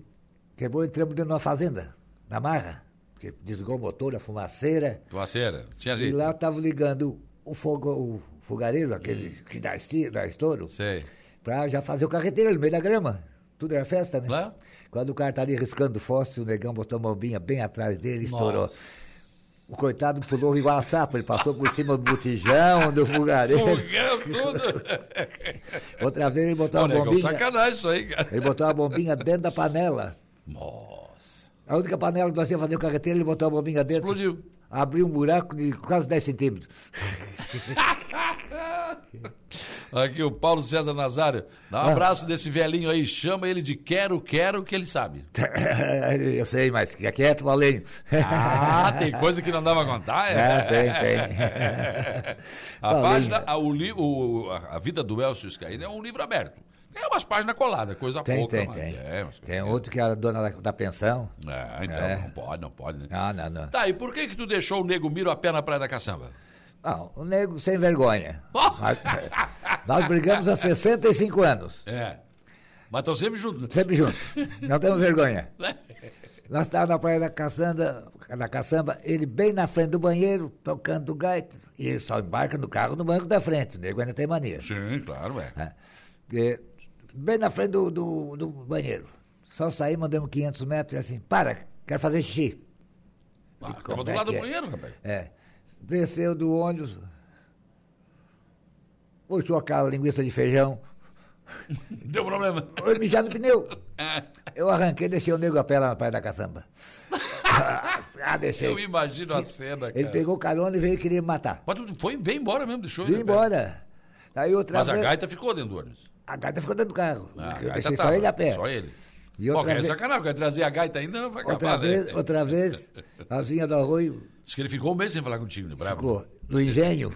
Speaker 4: quebrou, entramos dentro de uma fazenda, na marra. Porque desligou o motor, a fumaceira.
Speaker 3: Tuaceira. Tinha
Speaker 4: E
Speaker 3: jeito.
Speaker 4: lá tava ligando o, fogo, o fogareiro, aquele que dá, esti, dá estouro,
Speaker 3: Sei.
Speaker 4: pra já fazer o carreteiro no meio da grama. Tudo era festa, né?
Speaker 3: Claro.
Speaker 4: Quando o cara tá ali riscando fósforo, o negão botou a bombinha bem atrás dele e estourou. O coitado pulou igual a sapo, ele passou por cima do botijão, do fogareiro.
Speaker 3: Fogão, tudo.
Speaker 4: Outra vez ele botou
Speaker 3: Ô,
Speaker 4: uma
Speaker 3: negão,
Speaker 4: bombinha. É.
Speaker 3: sacanagem isso aí, cara.
Speaker 4: Ele botou a bombinha dentro da panela.
Speaker 3: Nossa.
Speaker 4: A única panela que nós íamos fazer o carreteiro, ele botou a bombinha dentro.
Speaker 3: Explodiu.
Speaker 4: Abriu um buraco de quase 10 centímetros.
Speaker 3: Aqui o Paulo César Nazário. Dá
Speaker 4: Ah.
Speaker 3: um abraço desse velhinho aí. Chama ele de quero, quero, que ele sabe.
Speaker 4: Eu sei, mas fica quieto, Malenho.
Speaker 3: Ah, tem coisa que não dava a contar,
Speaker 4: É,
Speaker 3: é?
Speaker 4: tem, Tá né? tem.
Speaker 3: A
Speaker 4: Falei.
Speaker 3: página, a, o, li- o- a- a vida do Elcio Scaíra é um livro aberto. Tem umas páginas coladas, coisa
Speaker 4: Tem,
Speaker 3: pouca.
Speaker 4: tem,
Speaker 3: mas-
Speaker 4: tem.
Speaker 3: É, mas-
Speaker 4: Tem outro que era dona da, da pensão.
Speaker 3: É, então,
Speaker 4: É.
Speaker 3: não pode, não pode, né?
Speaker 4: Não, não, não.
Speaker 3: Tá, e por que que tu deixou o Nego Miro a pé na Praia da Caçamba?
Speaker 4: Não, o nego sem vergonha. Mas- Nós brigamos há 65 anos,
Speaker 3: É. Mas estão sempre né? juntos.
Speaker 4: sempre juntos. Não temos vergonha. Nós estávamos na praia da caçamba, da caçamba, ele bem na frente do banheiro, tocando gaita. E ele só embarca no carro no banco da frente. O nego ainda tem mania.
Speaker 3: Sim, claro, é.
Speaker 4: né? E, bem na frente do, do- do banheiro. Só saí, mandamos 500 metros e assim, para, quero fazer xixi.
Speaker 3: Ah,
Speaker 4: como
Speaker 3: tava do
Speaker 4: é
Speaker 3: lado
Speaker 4: que
Speaker 3: do
Speaker 4: é?
Speaker 3: banheiro, rapaz.
Speaker 4: É. Desceu do ônibus, puxou aquela linguiça de feijão,
Speaker 3: Deu problema.
Speaker 4: foi mijar no pneu.
Speaker 3: É,
Speaker 4: Eu arranquei, deixei o nego a pé lá na praia da caçamba. ah, deixei.
Speaker 3: eu imagino a cena,
Speaker 4: Ele
Speaker 3: cara.
Speaker 4: pegou carona e veio querer me matar.
Speaker 3: Mas tu foi, veio embora mesmo, deixou
Speaker 4: Vim
Speaker 3: ele a pé.
Speaker 4: embora. Aí outra
Speaker 3: Mas a
Speaker 4: vez,
Speaker 3: gaita ficou dentro do ônibus.
Speaker 4: a gaita ficou dentro do carro.
Speaker 3: Ah, a
Speaker 4: eu
Speaker 3: gaita
Speaker 4: deixei só
Speaker 3: tava,
Speaker 4: ele a pé.
Speaker 3: Só ele.
Speaker 4: E
Speaker 3: Bom,
Speaker 4: outra
Speaker 3: que é
Speaker 4: vez-
Speaker 3: sacanagem, porque trazer a gaita ainda não vai
Speaker 4: Outra
Speaker 3: acabar,
Speaker 4: vez,
Speaker 3: né?
Speaker 4: outra vez, Alzinha do Arroio
Speaker 3: Diz que ele ficou um mês sem falar contigo, né? Bravo.
Speaker 4: ficou no engenho,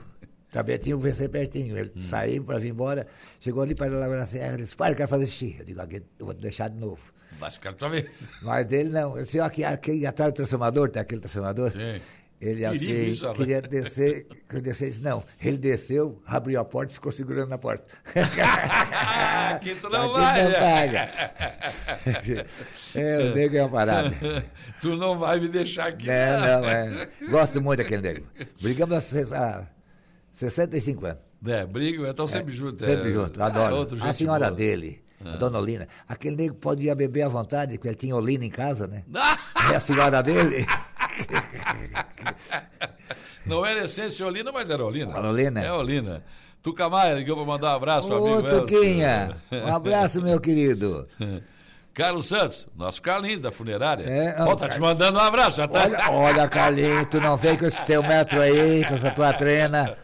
Speaker 4: também tinha um VC pertinho.
Speaker 3: Hum.
Speaker 4: Ele saiu para vir embora, chegou ali para Lagoa da Serra, assim, ele disse, para, eu quero fazer xixi. Eu digo, aqui eu vou te deixar de novo.
Speaker 3: Vai ficar outra vez.
Speaker 4: Mas dele não, eu disse, ó, aqui, aqui atrás do transformador, tem aquele transformador.
Speaker 3: Sim.
Speaker 4: Ele
Speaker 3: Perigo
Speaker 4: assim,
Speaker 3: isso, rapaz.
Speaker 4: queria descer, que eu descer, disse, não. Ele desceu, abriu a porta e ficou segurando na porta. Tá
Speaker 3: Aqui tu não
Speaker 4: Aqui
Speaker 3: vai, né?
Speaker 4: paga. é, o nego é uma parada.
Speaker 3: tu não vai me deixar aqui.
Speaker 4: É, não, é. Gosto muito daquele nego. Brigamos há se- há 65 anos.
Speaker 3: É, brigam, estão sempre juntos.
Speaker 4: Sempre
Speaker 3: é.
Speaker 4: junto,
Speaker 3: Ah,
Speaker 4: adoro.
Speaker 3: outro
Speaker 4: a
Speaker 3: gente
Speaker 4: senhora
Speaker 3: boa. Ah.
Speaker 4: dele, a dona Olina. Aquele nego pode ir beber à vontade, porque ele tinha Olina em casa, né?
Speaker 3: Ah,
Speaker 4: É a senhora dele.
Speaker 3: não era essência Olina, mas era Olina.
Speaker 4: Era Olina.
Speaker 3: É Olina. Tuca Maia ligou pra mandar um abraço pro
Speaker 4: Ô,
Speaker 3: amigo Elcio.
Speaker 4: Tuquinha,
Speaker 3: né?
Speaker 4: um abraço, meu querido.
Speaker 3: Carlos Santos, nosso Carlinhos da funerária.
Speaker 4: É,
Speaker 3: Ó,
Speaker 4: ó,
Speaker 3: tá te mandando um abraço, já tá.
Speaker 4: Olha, olha, Carlinho, tu não vem com esse teu metro aí, com essa tua trena.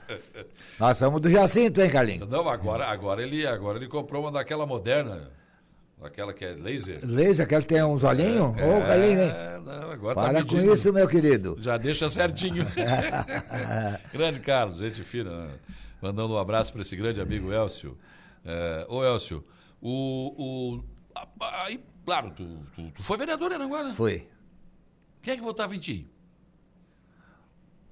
Speaker 4: Nós somos do Jacinto, hein, Carlinho?
Speaker 3: Não, agora, agora, ele, agora ele comprou uma daquela moderna. Aquela que é laser.
Speaker 4: Laser, aquele tem uns olhinhos? Ô, Carlinho, hein?
Speaker 3: É, não, agora tá
Speaker 4: Para com
Speaker 3: medindo.
Speaker 4: isso, né? meu querido.
Speaker 3: Já deixa certinho. grande Carlos, gente fina. né? Mandando um abraço para esse grande amigo Elcio. É, ô, Elcio, o. o a- aí, claro, tu, tu- tu foi vereador em Aranguá, né?
Speaker 4: Foi.
Speaker 3: Quem é que votava em ti?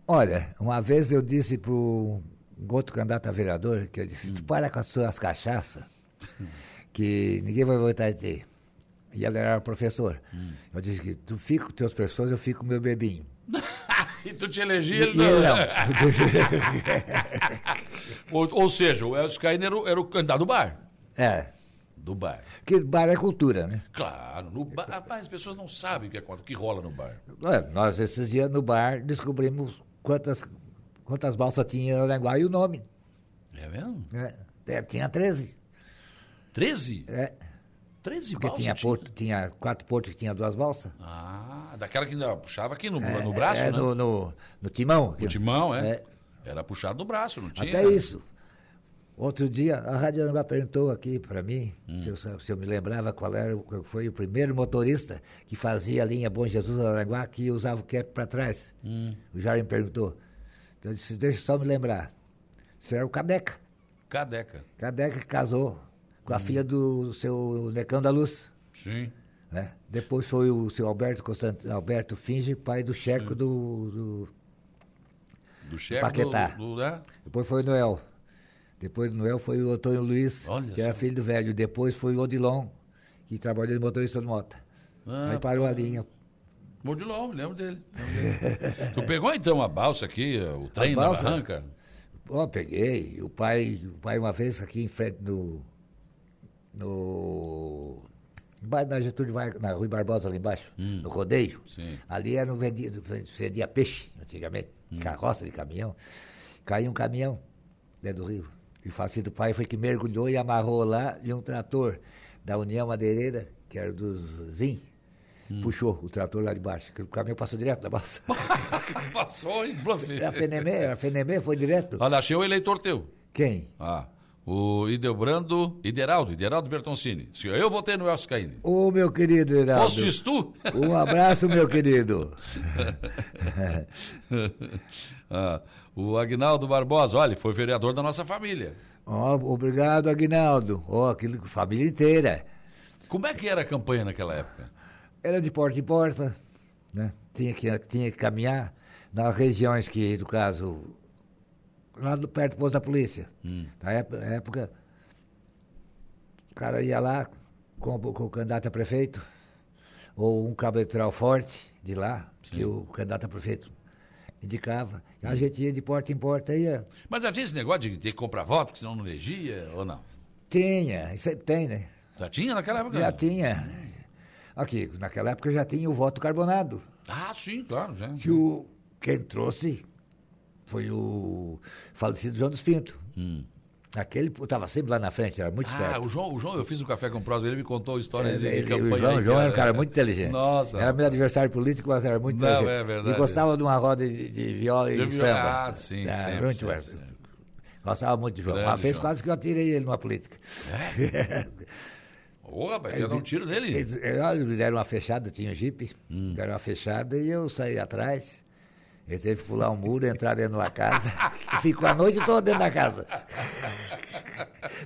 Speaker 4: Olha, uma vez eu disse para um outro candidato a vereador, que eu disse,
Speaker 3: Hum.
Speaker 4: tu para com as suas cachaças, que ninguém vai votar em ti. E ela era professor.
Speaker 3: Hum.
Speaker 4: Eu disse que tu fica com teus professores, eu fico com meu bebinho.
Speaker 3: E tu te elegia,
Speaker 4: E
Speaker 3: ele
Speaker 4: ele
Speaker 3: não.
Speaker 4: não.
Speaker 3: Ou, ou seja, o Elcio Caína era, o- era o candidato do bar.
Speaker 4: é.
Speaker 3: Do bar.
Speaker 4: Que bar é cultura, né?
Speaker 3: Claro, no bar. Rapaz, as pessoas não sabem o que, é, o que rola no bar.
Speaker 4: Ué, Nós, esses dias, no bar, descobrimos quantas, quantas balsas tinha em Aranguá e o nome.
Speaker 3: É mesmo?
Speaker 4: né? É, tinha 13.
Speaker 3: 13?
Speaker 4: É,
Speaker 3: 13
Speaker 4: porque
Speaker 3: balsas
Speaker 4: tinha,
Speaker 3: tinha?
Speaker 4: porto- tinha quatro portos que tinha duas balsas.
Speaker 3: Ah, daquela que ainda puxava aqui no, no braço,
Speaker 4: é,
Speaker 3: né?
Speaker 4: no, no, no timão.
Speaker 3: No timão, é.
Speaker 4: É.
Speaker 3: Era puxado no braço, não tinha?
Speaker 4: Até isso. Outro dia, a Rádio Aranguá perguntou aqui para mim se, eu, sa- se eu me lembrava qual era, o- qual foi o primeiro motorista que fazia a linha Bom Jesus Aranguá que usava o cap para trás. O Jair me perguntou. Então eu disse, deixa eu só me lembrar. Isso era o Cadeca.
Speaker 3: Cadeca.
Speaker 4: Cadeca que casou com a filha do seu Necão da Luz.
Speaker 3: Sim.
Speaker 4: né? Depois foi o seu Alberto Constant... Alberto Finge, pai do Checo do, do-
Speaker 3: Do chefe
Speaker 4: Paquetá.
Speaker 3: do... do né?
Speaker 4: Depois foi o Noel. Depois do Noel foi o Antônio Luiz,
Speaker 3: Olha
Speaker 4: que era
Speaker 3: só.
Speaker 4: filho do velho. Depois foi o Odilon, que trabalhou de motorista de moto.
Speaker 3: Ah,
Speaker 4: Aí parou a linha.
Speaker 3: Modilon, lembro dele. lembro dele. tu pegou então a balsa aqui, o trem da
Speaker 4: balsa?
Speaker 3: barranca?
Speaker 4: Ó, peguei. O pai, o pai uma vez aqui em frente no. No. Embaixo na Getúlio Vargas, na Rui Barbosa, ali embaixo, no rodeio.
Speaker 3: Sim.
Speaker 4: Ali era um vendido, vendia peixe, antigamente, de carroça, de caminhão. Caiu um caminhão dentro do rio. E o falecido do pai foi que mergulhou e amarrou lá e um trator da União Madeireira, que era do Zin, puxou o trator lá de baixo. que O caminhão passou direto da balsa.
Speaker 3: Passou, hein, profe?
Speaker 4: Era Fenemê, era Fenemê, foi direto.
Speaker 3: Olha, achei o eleitor teu.
Speaker 4: Quem?
Speaker 3: Ah, o Idebrando, Ideraldo, Ideraldo Bertoncini. Disse, Eu votei no Elcio Caine.
Speaker 4: Ô, meu querido Heraldo.
Speaker 3: Fostes tu?
Speaker 4: Um abraço, meu querido.
Speaker 3: Ah, o Agnaldo Barbosa, olha, foi vereador da nossa família.
Speaker 4: Ó, obrigado, Aguinaldo. Ó, aquilo que família inteira.
Speaker 3: Como é que era a campanha naquela época?
Speaker 4: Era de porta em porta, né? Tinha que, tinha que caminhar nas regiões que, no caso, lá do, perto do posto da polícia. Na ép- época, o cara ia lá com, o- com o candidato a prefeito, ou um cabo eleitoral forte de lá, que o candidato a prefeito indicava. A gente ia de porta em porta, ia...
Speaker 3: Mas já tinha esse negócio de ter que comprar voto, que senão não elegia, ou não?
Speaker 4: Tinha, e sempre tem, né?
Speaker 3: Já tinha naquela época? né?
Speaker 4: Já
Speaker 3: não?
Speaker 4: tinha. Aqui, naquela época já tinha o voto carbonado,
Speaker 3: Ah, sim, claro, já.
Speaker 4: que o, quem trouxe foi o falecido João dos Pinto. Aquele estava sempre lá na frente, era muito
Speaker 3: Hum. Ah,
Speaker 4: esperto.
Speaker 3: o João, o João, eu fiz um café com o Próspero, ele me contou histórias
Speaker 4: Ele-
Speaker 3: de, de
Speaker 4: ele-
Speaker 3: campanha.
Speaker 4: o João,
Speaker 3: aí,
Speaker 4: João era um cara muito inteligente.
Speaker 3: Nossa.
Speaker 4: Era meu adversário político, mas era muito
Speaker 3: Não,
Speaker 4: inteligente.
Speaker 3: é verdade.
Speaker 4: E gostava de uma roda de, de viola e
Speaker 3: De viola,
Speaker 4: samba.
Speaker 3: ah, sim,
Speaker 4: Era
Speaker 3: sempre,
Speaker 4: muito
Speaker 3: sempre,
Speaker 4: era-
Speaker 3: sempre.
Speaker 4: Gostava muito de João.
Speaker 3: Grande
Speaker 4: uma vez
Speaker 3: João. É?
Speaker 4: quase que eu atirei ele numa política.
Speaker 3: Ô, rapaz, quer dar um tiro nele?
Speaker 4: Eles, eles me deram uma fechada, tinha um jipe, deram uma fechada e eu saí atrás. Ele teve que pular um muro, entrar dentro de uma casa e ficou a noite toda dentro da casa.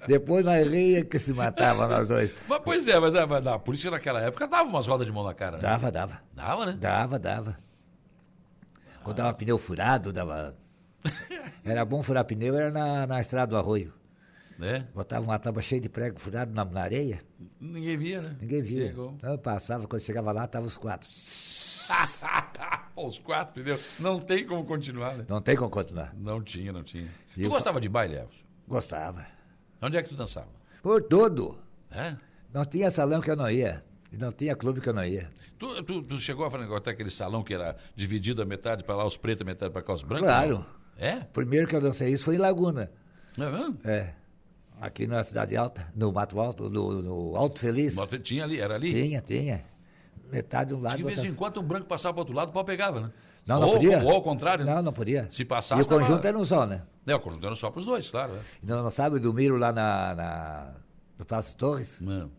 Speaker 4: Depois nós ria que se matava nós dois.
Speaker 3: Mas, pois é, mas, é, mas a polícia naquela época dava umas rodas de mão na cara, né?
Speaker 4: Dava, dava.
Speaker 3: Dava, né?
Speaker 4: Dava, dava. Ou dava pneu furado, dava. Era bom furar pneu, era na, na estrada do arroio.
Speaker 3: Né?
Speaker 4: Botava uma tábua cheia de prego furado na, na areia,
Speaker 3: Ninguém via, né?
Speaker 4: ninguém via.
Speaker 3: Chegou.
Speaker 4: Então eu passava, quando chegava lá, tava os quatro.
Speaker 3: Pô, os quatro pneus. Não tem como continuar, né?
Speaker 4: Não tem como continuar.
Speaker 3: Não tinha, não tinha.
Speaker 4: E
Speaker 3: tu
Speaker 4: eu-
Speaker 3: gostava de baile, Elcio?
Speaker 4: Gostava.
Speaker 3: Onde é que tu dançava?
Speaker 4: Por tudo.
Speaker 3: É?
Speaker 4: Não tinha salão que eu não ia. E não tinha clube que eu não ia.
Speaker 3: Tu, tu, tu chegou a fazer negócio até aquele salão que era dividido a metade pra lá, os pretos, a metade pra cá, os brancos?
Speaker 4: Claro.
Speaker 3: não? É?
Speaker 4: O primeiro que eu dancei isso foi em Laguna.
Speaker 3: Não é mesmo?
Speaker 4: É. Aqui na Cidade Alta, no Mato Alto, no, no Alto Feliz.
Speaker 3: Mas Tinha ali, era ali?
Speaker 4: Tinha, tinha. Metade de um lado.
Speaker 3: De vez
Speaker 4: outra-
Speaker 3: em quando um branco passava pro outro lado, o pau pegava, né?
Speaker 4: Não, não
Speaker 3: ou,
Speaker 4: podia.
Speaker 3: ou ao contrário. né?
Speaker 4: Não, não podia.
Speaker 3: Se passasse,
Speaker 4: E o
Speaker 3: tava-
Speaker 4: conjunto era um só, né?
Speaker 3: É, o conjunto era só pros dois, claro. É.
Speaker 4: E Não, não sabe do Miro lá na, na- no Passo Torres?
Speaker 3: Mano.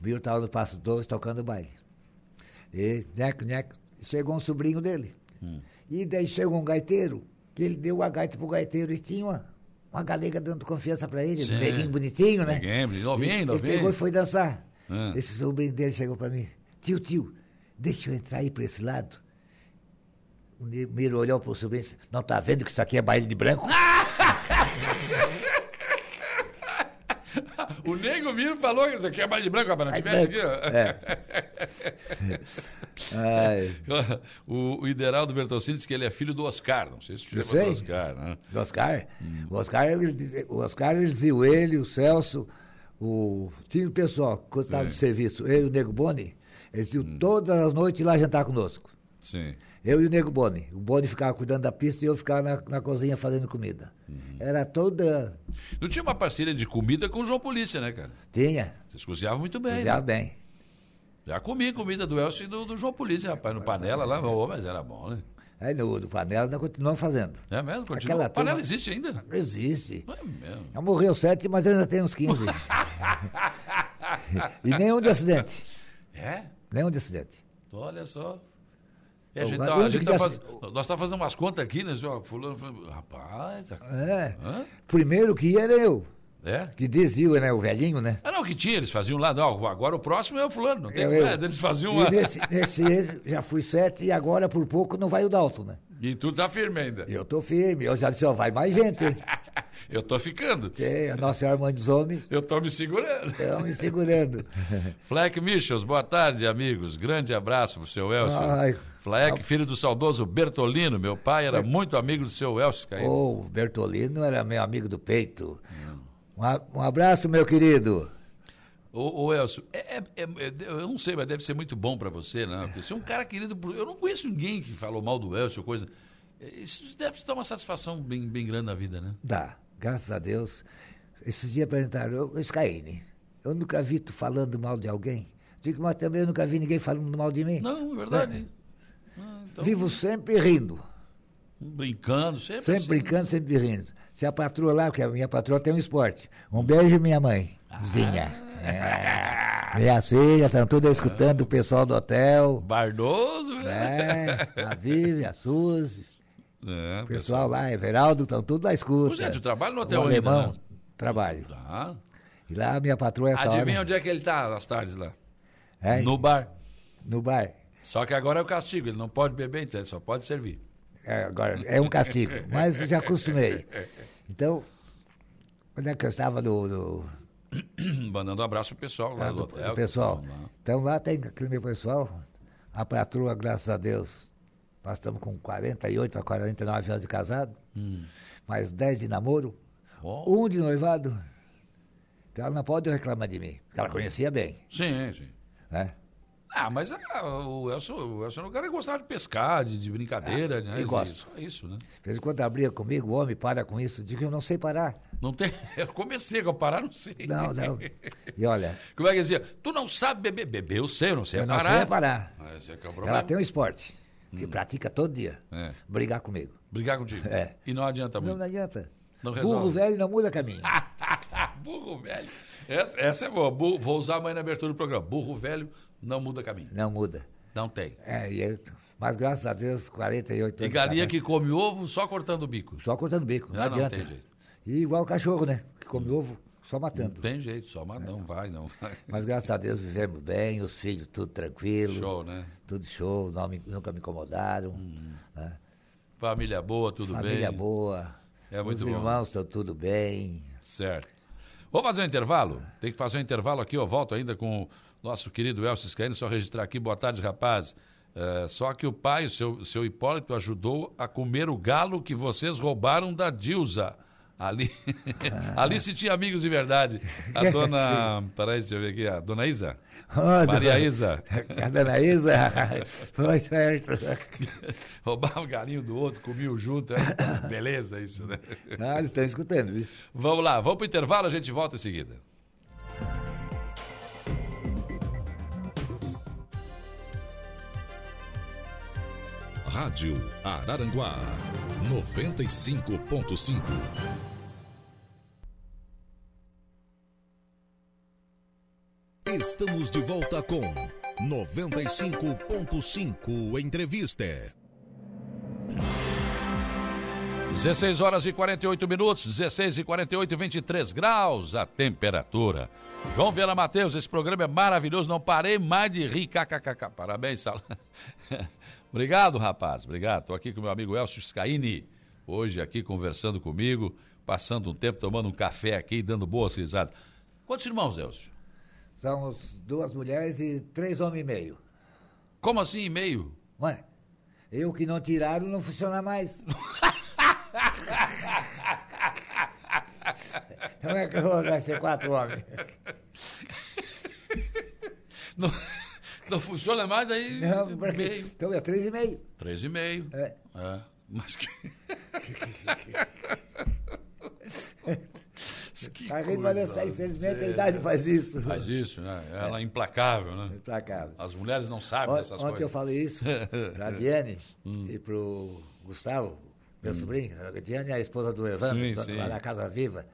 Speaker 4: O Miro estava no Passo Torres tocando baile. E, nheco, nheco, chegou um sobrinho dele.
Speaker 3: Hum.
Speaker 4: E daí chegou um gaiteiro, que ele deu a gaita pro gaiteiro e tinha uma, uma galega dando confiança pra ele,
Speaker 3: Sim.
Speaker 4: um neguinho bonitinho, né?
Speaker 3: Neguinho, novinho, novinho.
Speaker 4: Ele- Ele pegou e foi dançar.
Speaker 3: Hum.
Speaker 4: Esse sobrinho dele chegou pra mim, tio, tio, deixa eu entrar aí pra esse lado. O Ne- Miro olhou pro sobrinho e disse, não tá vendo que isso aqui é baile de branco?
Speaker 3: O Nego Miro falou que você quer mais de branco, rapaz, não tivesse aqui, ó.
Speaker 4: é. Ai,
Speaker 3: O, o Ideraldo Bertolcini disse que ele é filho do Oscar. Não sei se tu
Speaker 4: Eu
Speaker 3: lembra do
Speaker 4: sei.
Speaker 3: Oscar, né?
Speaker 4: do Oscar? O Oscar, ele- o Oscar, eles e o ele, o Celso, o, o tinha o pessoal, quando estava no
Speaker 3: Sim. Hum.
Speaker 4: serviço, eu e o Nego Boni, eles iam todas as noites ir lá jantar conosco.
Speaker 3: Sim.
Speaker 4: Eu e o Nego Boni. O Boni ficava cuidando da pista e eu ficava na, na cozinha fazendo comida.
Speaker 3: Uhum.
Speaker 4: Era toda.
Speaker 3: Não tinha uma parceria de comida com o João Polícia, né, cara?
Speaker 4: Tinha,
Speaker 3: Vocês cozinhavam muito bem,
Speaker 4: já
Speaker 3: né?
Speaker 4: bem.
Speaker 3: Já comi comida do Elcio e do, do João Polícia, rapaz, no panela lá, ô, mas era bom, né?
Speaker 4: Aí no, no panela nós continuamos fazendo.
Speaker 3: É mesmo? Continua.
Speaker 4: Aquela
Speaker 3: panela
Speaker 4: turma-
Speaker 3: existe ainda?
Speaker 4: Não existe.
Speaker 3: Não é mesmo.
Speaker 4: Já morreu sete, mas ainda tem uns 15. e nenhum de acidente.
Speaker 3: É?
Speaker 4: Nenhum de acidente.
Speaker 3: Então, olha só. E a
Speaker 4: Ô,
Speaker 3: gente
Speaker 4: mas
Speaker 3: tá,
Speaker 4: onde
Speaker 3: a gente
Speaker 4: que
Speaker 3: tá
Speaker 4: dá
Speaker 3: faz-
Speaker 4: esse-
Speaker 3: Nós estamos fazendo umas contas aqui, né, senhor? Fulano, fulano- rapaz, a-
Speaker 4: É.
Speaker 3: Hã?
Speaker 4: Primeiro que ia era eu,
Speaker 3: é?
Speaker 4: que dizia, né, o velhinho, né?
Speaker 3: Ah, não, que tinha, eles faziam lá, não, agora o próximo é o fulano, não tem
Speaker 4: Eu- eu.
Speaker 3: nada, eles faziam
Speaker 4: E
Speaker 3: lá.
Speaker 4: nesse, nesse ano já fui sete e agora por pouco não vai o Dalton, né?
Speaker 3: E tu tá firme ainda.
Speaker 4: Eu tô firme, eu já disse, ó, vai mais gente, hein?
Speaker 3: Eu tô ficando,
Speaker 4: Tem a nossa irmã dos homens,
Speaker 3: eu tô me segurando.
Speaker 4: estão me segurando.
Speaker 3: Fleck Michels, boa tarde, amigos. Grande abraço pro seu Elcio.
Speaker 4: Ai. tá-
Speaker 3: Fleck, filho do saudoso Bertolino, meu pai era muito amigo do seu Elcio Caído.
Speaker 4: Ô, o Bertolino era meu amigo do peito. Um, a- um abraço, meu querido.
Speaker 3: Ô, ô, Elcio, é- é- é- é- eu não sei, mas deve ser muito bom pra você, né? Porque você é um cara querido. por- Eu não conheço ninguém que falou mal do Elcio, ou coisa. É, Isso deve te dar uma satisfação bem, bem grande na vida, né?
Speaker 4: Dá, graças a Deus. Esses dias perguntaram, eu, eu Scaine, eu nunca vi tu falando mal de alguém. Digo, mas também eu nunca vi ninguém falando mal de mim.
Speaker 3: Não, é verdade. Ah, então,
Speaker 4: É. Vivo sempre rindo.
Speaker 3: brincando, sempre.
Speaker 4: Sempre
Speaker 3: assim.
Speaker 4: brincando, sempre rindo. Se a patroa lá, porque a minha patroa tem um esporte. Um beijo, minha mãe.
Speaker 3: Ah.
Speaker 4: Zinha. É. Minhas filhas estão todas escutando o pessoal do hotel.
Speaker 3: Bardoso, né?
Speaker 4: É, a Vivi, a Suzy,
Speaker 3: É,
Speaker 4: o pessoal lá, Everaldo, estão tudo na escuta.
Speaker 3: Pois é, tu trabalha no
Speaker 4: O
Speaker 3: hotel ainda,
Speaker 4: alemão,
Speaker 3: né?
Speaker 4: trabalho.
Speaker 3: Tá.
Speaker 4: E lá a minha patroa é essa
Speaker 3: Adivinha
Speaker 4: hora,
Speaker 3: onde é que ele tá às tardes lá?
Speaker 4: é, no...
Speaker 3: No bar.
Speaker 4: bar.
Speaker 3: Só que agora é o castigo, ele não pode beber, então ele só pode servir.
Speaker 4: É, agora, é um castigo, mas eu já acostumei. Então, quando é que eu estava no- no,
Speaker 3: Mandando um abraço pro pessoal lá
Speaker 4: Tá,
Speaker 3: do,
Speaker 4: do-
Speaker 3: hotel.
Speaker 4: do pessoal.
Speaker 3: que né? tão lá.
Speaker 4: Então lá tem aquele meu pessoal, a patroa, graças a Deus, nós estamos com 48 para 49 anos de casado,
Speaker 3: Hum.
Speaker 4: mais 10 de namoro,
Speaker 3: Ó.
Speaker 4: um de noivado. Então ela não pode reclamar de mim, porque ela
Speaker 3: Hum.
Speaker 4: conhecia bem,
Speaker 3: Sim, sim.
Speaker 4: né?
Speaker 3: Ah, mas ah, o Elson, o Elson é um cara que gostava de pescar, de, de brincadeira, né?
Speaker 4: eu gosto.
Speaker 3: Isso, isso, né?
Speaker 4: De vez em quando ela briga comigo, o homem para com isso, eu digo, eu não sei parar.
Speaker 3: Não tem. Eu comecei, agora parar, não sei.
Speaker 4: Não, não. E olha,
Speaker 3: Como é que dizia? Tu não sabe beber. Beber, eu sei, eu não sei
Speaker 4: eu não
Speaker 3: É parar.
Speaker 4: sei parar.
Speaker 3: Ah, esse é que é o
Speaker 4: Ela
Speaker 3: problema. Hum.
Speaker 4: tem um esporte, que pratica todo dia,
Speaker 3: É.
Speaker 4: brigar comigo.
Speaker 3: Brigar contigo.
Speaker 4: É.
Speaker 3: E não adianta
Speaker 4: Não,
Speaker 3: muito.
Speaker 4: não adianta.
Speaker 3: Não
Speaker 4: Burro
Speaker 3: resolve.
Speaker 4: velho não muda caminho.
Speaker 3: Ah, Burro velho. Essa, essa é boa. Burro- vou usar amanhã na abertura do programa. Burro velho não muda caminho.
Speaker 4: Não muda.
Speaker 3: Não tem.
Speaker 4: É, e eu- mas graças a Deus, 48
Speaker 3: E
Speaker 4: anos.
Speaker 3: galinha
Speaker 4: casado,
Speaker 3: que come ovo só cortando o bico.
Speaker 4: Só cortando bico, não,
Speaker 3: Ah, não,
Speaker 4: adianta.
Speaker 3: tem jeito.
Speaker 4: e igual o cachorro, né? Que come ovo, só matando.
Speaker 3: Não tem jeito, só mas não vai, não vai.
Speaker 4: É. Mas graças a Deus vivemos bem, os filhos tudo tranquilo.
Speaker 3: Show, né?
Speaker 4: Tudo show, não me- nunca me incomodaram. né?
Speaker 3: Família boa, tudo bem.
Speaker 4: Família boa.
Speaker 3: É muito
Speaker 4: os
Speaker 3: bom.
Speaker 4: irmãos estão tudo bem.
Speaker 3: Certo. Vamos fazer um intervalo? Tem que fazer um intervalo aqui, eu volto ainda com o nosso querido Elcio Scaini, só registrar aqui, boa tarde, rapaz. É, só que o pai, o seu, seu Hipólito, ajudou a comer o galo que vocês roubaram da Dilza. Ali, ali se tinha amigos de verdade.
Speaker 4: É,
Speaker 3: A dona. Peraí, deixa eu ver aqui. A dona Isa?
Speaker 4: Ó,
Speaker 3: Maria
Speaker 4: dona-
Speaker 3: Isa.
Speaker 4: A dona Isa. Foi certo.
Speaker 3: Roubava o galinho do outro, comiam junto. era- Beleza, isso, né?
Speaker 4: Ah, eles estão escutando, viu?
Speaker 3: Vamos lá, vamos pro intervalo, a gente volta em seguida.
Speaker 2: Rádio Araranguá 95.5. Estamos de volta com 95.5 Entrevista.
Speaker 3: 16 horas e 48 minutos, 16 e 48, 23 graus a temperatura. João Vera Matheus, esse programa é maravilhoso, não parei mais de rir, kkkk. Parabéns, Sala. obrigado, rapaz, obrigado. Estou aqui com meu amigo Elcio Scaini, hoje aqui conversando comigo, passando um tempo tomando um café aqui, e dando boas risadas. Quantos irmãos, Elcio?
Speaker 4: São os- duas mulheres e três homens e meio.
Speaker 3: Como assim, e meio?
Speaker 4: Ué, eu que não tiraram não funciona mais. Então Como é que eu vou dar ser quatro homens?
Speaker 3: Não, não funciona mais, aí.
Speaker 4: Não, porque-
Speaker 3: meio.
Speaker 4: Então é três e meio.
Speaker 3: Três e meio.
Speaker 4: É.
Speaker 3: Mas que. que
Speaker 4: Tá, A gente vai
Speaker 3: coisa
Speaker 4: dançar, infelizmente, a
Speaker 3: séria.
Speaker 4: idade faz isso.
Speaker 3: Faz isso, né? Ela é implacável, né?
Speaker 4: Pra cá.
Speaker 3: As mulheres não sabem
Speaker 4: Ont-
Speaker 3: dessas
Speaker 4: Ontem
Speaker 3: coisas.
Speaker 4: eu falei isso pra Diane e pro Gustavo, meu sobrinho. A Diane é a esposa do Evandro,
Speaker 3: Hum. Sim,
Speaker 4: dona-
Speaker 3: sim.
Speaker 4: lá da Casa Viva.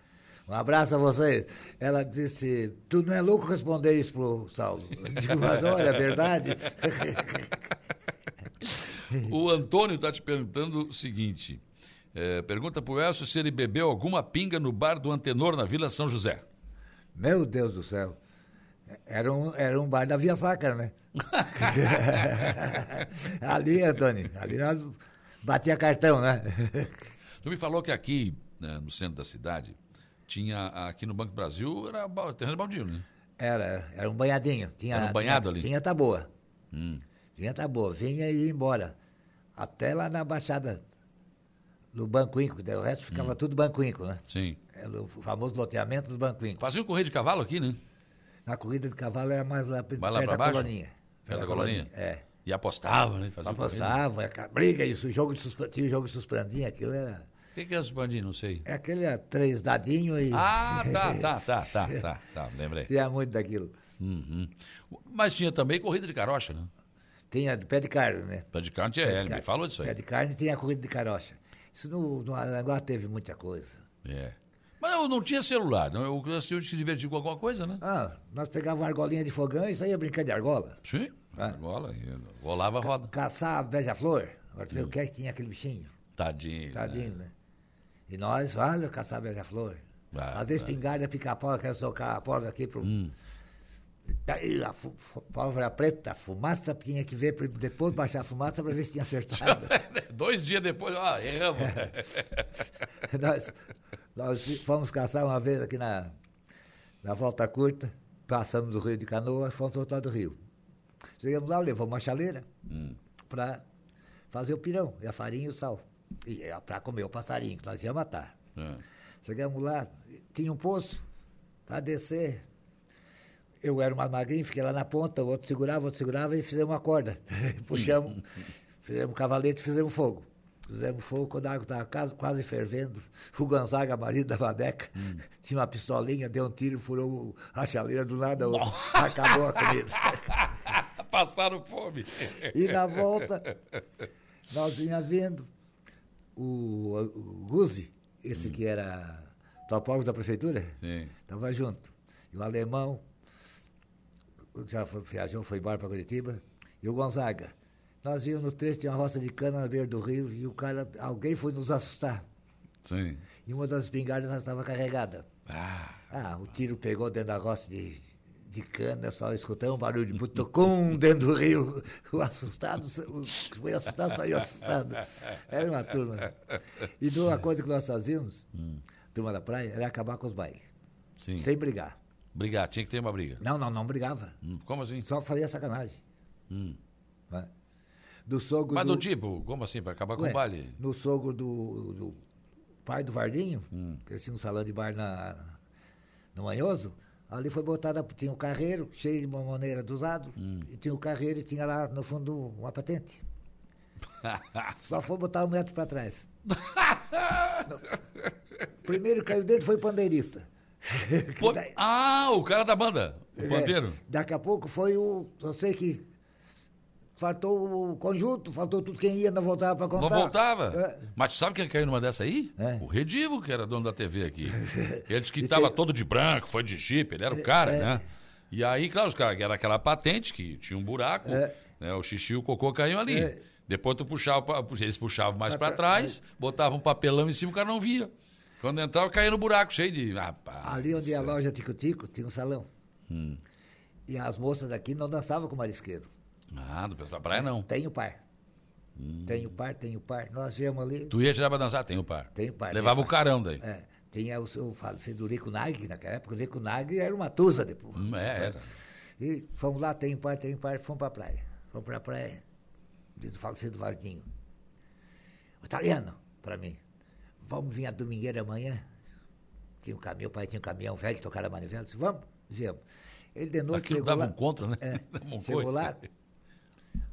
Speaker 4: Um abraço a vocês. Ela disse, tu não é louco responder isso pro Saulo. Eu digo, mas olha, é verdade.
Speaker 3: O Antônio está te perguntando o seguinte: é, pergunta pro Elcio se ele bebeu alguma pinga no bar do Antenor na Vila São José.
Speaker 4: Meu Deus do céu. Era um, era um bar da Via Sacra, né? ali, Antônio, ali nós batia cartão, né?
Speaker 3: Tu me falou que aqui, né, no centro da cidade, tinha. Aqui no Banco do Brasil era ba- terreno baldio, né?
Speaker 4: Era, era um banhadinho. Tinha,
Speaker 3: Era um banhado
Speaker 4: tinha,
Speaker 3: ali? Hum.
Speaker 4: Tinha taboa. Tinha tá taboa. Vinha e ia embora. Até lá na Baixada do Banco Inco. daí O resto
Speaker 3: Hum.
Speaker 4: ficava tudo Banco Inco, né?
Speaker 3: Sim.
Speaker 4: Era o famoso loteamento do Banco Inco.
Speaker 3: Fazia um correio de cavalo aqui, né?
Speaker 4: Na corrida de cavalo era mais lá, perto
Speaker 3: Vai lá pra
Speaker 4: da
Speaker 3: baixo?
Speaker 4: coloninha.
Speaker 3: Perto da coloninha?
Speaker 4: É.
Speaker 3: E apostava, né? Fazia um correio.
Speaker 4: Apostava, era ca- briga, isso, jogo de suspe- tinha o jogo de suspandinha, aquilo era.
Speaker 3: O que, que é os bandidos? Não sei.
Speaker 4: É aquele era três dadinho e.
Speaker 3: Ah, tá, tá, tá, tá, tá, tá, lembrei.
Speaker 4: Tinha muito daquilo.
Speaker 3: Uhum. Mas tinha também corrida de carocha, né?
Speaker 4: Tinha de pé de carne, né?
Speaker 3: Pé de carne tinha, é, ele me
Speaker 4: Carne.
Speaker 3: falou disso
Speaker 4: Pé
Speaker 3: aí.
Speaker 4: de carne tem a corrida de carocha. Isso no, no Aranguá teve muita coisa.
Speaker 3: É. Mas eu não tinha celular, não. eu eu tinha que se divertir com alguma coisa, né?
Speaker 4: Ah, nós pegávamos argolinha de fogão e saía brincando de argola.
Speaker 3: Sim,
Speaker 4: Ah.
Speaker 3: bola, e rolava a roda.
Speaker 4: Caçar beija-flor. Agora tu vê o que é que tinha aquele bichinho.
Speaker 3: Tadinho.
Speaker 4: Tadinho, né? E nós, olha, caçar beija-flor.
Speaker 3: Ah, Hum.
Speaker 4: Às vezes
Speaker 3: ah.
Speaker 4: pingar a pica-pau, quer socar a pólvora aqui pro. Daí a fu- fu- pólvora preta, a fumaça, tinha que ver, pri- depois baixar a fumaça para ver se tinha acertado.
Speaker 3: né? Dois dias depois, ah, erramos.
Speaker 4: nós, nós fomos caçar uma vez aqui na, na volta curta, passamos do Rio de Canoa, fomos para outro lado do rio. Chegamos lá, levamos uma chaleira para fazer o pirão, e a farinha e o sal. E para comer o passarinho, que nós ia matar.
Speaker 3: Ah,
Speaker 4: É. Chegamos lá, tinha um poço para descer. Eu era mais magrinho, fiquei lá na ponta, o outro segurava, o outro segurava e fizemos uma corda. Puxamos, fizemos um cavalete, fizemos fogo. Fizemos fogo, quando a água estava quase, quase fervendo, o Gonzaga, marido da Vadeca, tinha uma pistolinha, deu um tiro, furou o- a chaleira do nada, o- acabou a comida.
Speaker 3: Ah, Passaram fome.
Speaker 4: E na volta, nós vinha vendo o, o Guzzi, esse que era topógrafo da prefeitura,
Speaker 3: Sim.
Speaker 4: estava junto. E o alemão, o que já foi, viajou, foi embora para Curitiba, e o Gonzaga. Nós vimos no trecho, tinha uma roça de cana na beira do rio, e o cara, alguém foi nos assustar.
Speaker 3: Sim.
Speaker 4: E uma das espingardas estava carregada.
Speaker 3: Ah,
Speaker 4: Ah, o tiro pegou dentro da roça de, de cana, só escutei um barulho de butucum dentro do rio. O assustado, o que foi assustado saiu assustado. Era uma turma. E de uma coisa que nós fazíamos, turma da praia, era acabar com os bailes,
Speaker 3: Hum. sim.
Speaker 4: sem brigar.
Speaker 3: Brigar, tinha que ter uma briga.
Speaker 4: Não, não, não brigava.
Speaker 3: Hum, Como assim?
Speaker 4: Só fazia sacanagem. Né? Do sogro
Speaker 3: Mas do
Speaker 4: do-
Speaker 3: tipo, como assim? Pra acabar com
Speaker 4: Ué,
Speaker 3: o baile?
Speaker 4: No sogro do, do pai do Vardinho,
Speaker 3: Hum.
Speaker 4: que tinha um salão de bar na, no Manhoso, ali foi botada, tinha um carreiro cheio de mamoneira dos lados,
Speaker 3: Hum.
Speaker 4: e tinha o carreiro e tinha lá no fundo uma patente. Só foi botar um metro para trás. Primeiro que caiu dentro foi o pandeirista.
Speaker 3: Pô,
Speaker 4: Daí-
Speaker 3: Ah, o cara da banda, o
Speaker 4: é,
Speaker 3: pandeiro.
Speaker 4: daqui a pouco foi o. Eu sei que. Faltou o conjunto, faltou tudo quem ia, não voltava para
Speaker 3: Não
Speaker 4: contar.
Speaker 3: voltava.
Speaker 4: É.
Speaker 3: Mas tu sabe quem caiu numa dessa aí?
Speaker 4: É.
Speaker 3: O Redivo, que era dono da TV aqui. Ele disse que estava todo de branco, foi de jipe, ele era
Speaker 4: É,
Speaker 3: o cara, né? E aí, claro, os caras, era aquela patente que tinha um buraco,
Speaker 4: É.
Speaker 3: né? O xixi e o cocô caíam ali. Depois tu puxava, pra- eles puxavam mais pra trás, botavam um papelão em cima, o cara não via. Quando entrava, caía no buraco, cheio de. Rapaz,
Speaker 4: Ali onde ia a loja Tico Tico, tinha um salão. E as moças daqui não dançavam com marisqueiro.
Speaker 3: Ah, do pessoal da praia não.
Speaker 4: Tem o par. Tem o par, tem o par. Nós viemos ali.
Speaker 3: Tu ia tirar pra dançar? Tem o par.
Speaker 4: Tem o par,
Speaker 3: Levava
Speaker 4: tem
Speaker 3: o carão daí.
Speaker 4: É, tinha o seu falecido Rico Nag, naquela época. O Rico Nag era uma tusa depois.
Speaker 3: Hum, É, era.
Speaker 4: E fomos lá, tem par, tem par, fomos pra praia. Fomos pra praia, diz o falecido Vardinho. O italiano, pra mim, vamos vir a domingueira amanhã? Tinha um caminhão, o pai tinha um caminhão velho, tocaram a manivela, disse, vamos, viemos. Ele de noite
Speaker 3: Aquilo
Speaker 4: chegou
Speaker 3: dava
Speaker 4: lá,
Speaker 3: um contra, né?
Speaker 4: É,
Speaker 3: Dava uma
Speaker 4: chegou
Speaker 3: coisa.
Speaker 4: lá,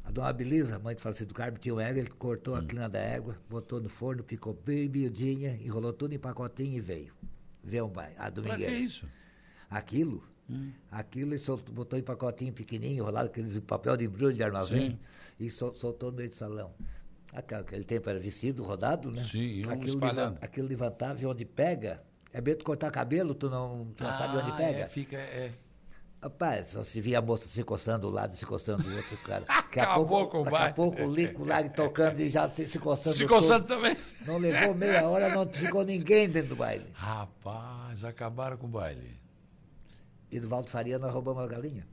Speaker 4: a dona Belisa, mãe do falecido Carmo, tinha uma égua, ele cortou
Speaker 3: Hum.
Speaker 4: a crina da égua, botou no forno, picou bem miudinha, enrolou tudo em pacotinho e veio. Veio um baile, a
Speaker 3: Pra que
Speaker 4: domingueira.
Speaker 3: isso?
Speaker 4: Aquilo,
Speaker 3: Hum.
Speaker 4: aquilo ele soltou, botou em pacotinho pequenininho, enrolado aqueles papel de embrulho de armazém e sol- soltou no meio do salão. Aquela- Aquele tempo era vestido, rodado, né?
Speaker 3: Sim, e um
Speaker 4: aquilo,
Speaker 3: espalhando.
Speaker 4: levan- aquilo levantava e onde pega, é medo de cortar cabelo, tu não, tu não sabe onde pega.
Speaker 3: É, fica, é.
Speaker 4: Rapaz, só se via a moça se coçando do lado, se coçando do outro, cara. Daqui
Speaker 3: Acabou com o
Speaker 4: Daqui a
Speaker 3: baile.
Speaker 4: pouco o Lico lá tocando e já se, se coçando.
Speaker 3: Se
Speaker 4: todo.
Speaker 3: coçando também.
Speaker 4: Não levou meia hora, não ficou ninguém dentro do baile.
Speaker 3: Rapaz, acabaram com o baile.
Speaker 4: E do Valdo Faria nós roubamos a galinha.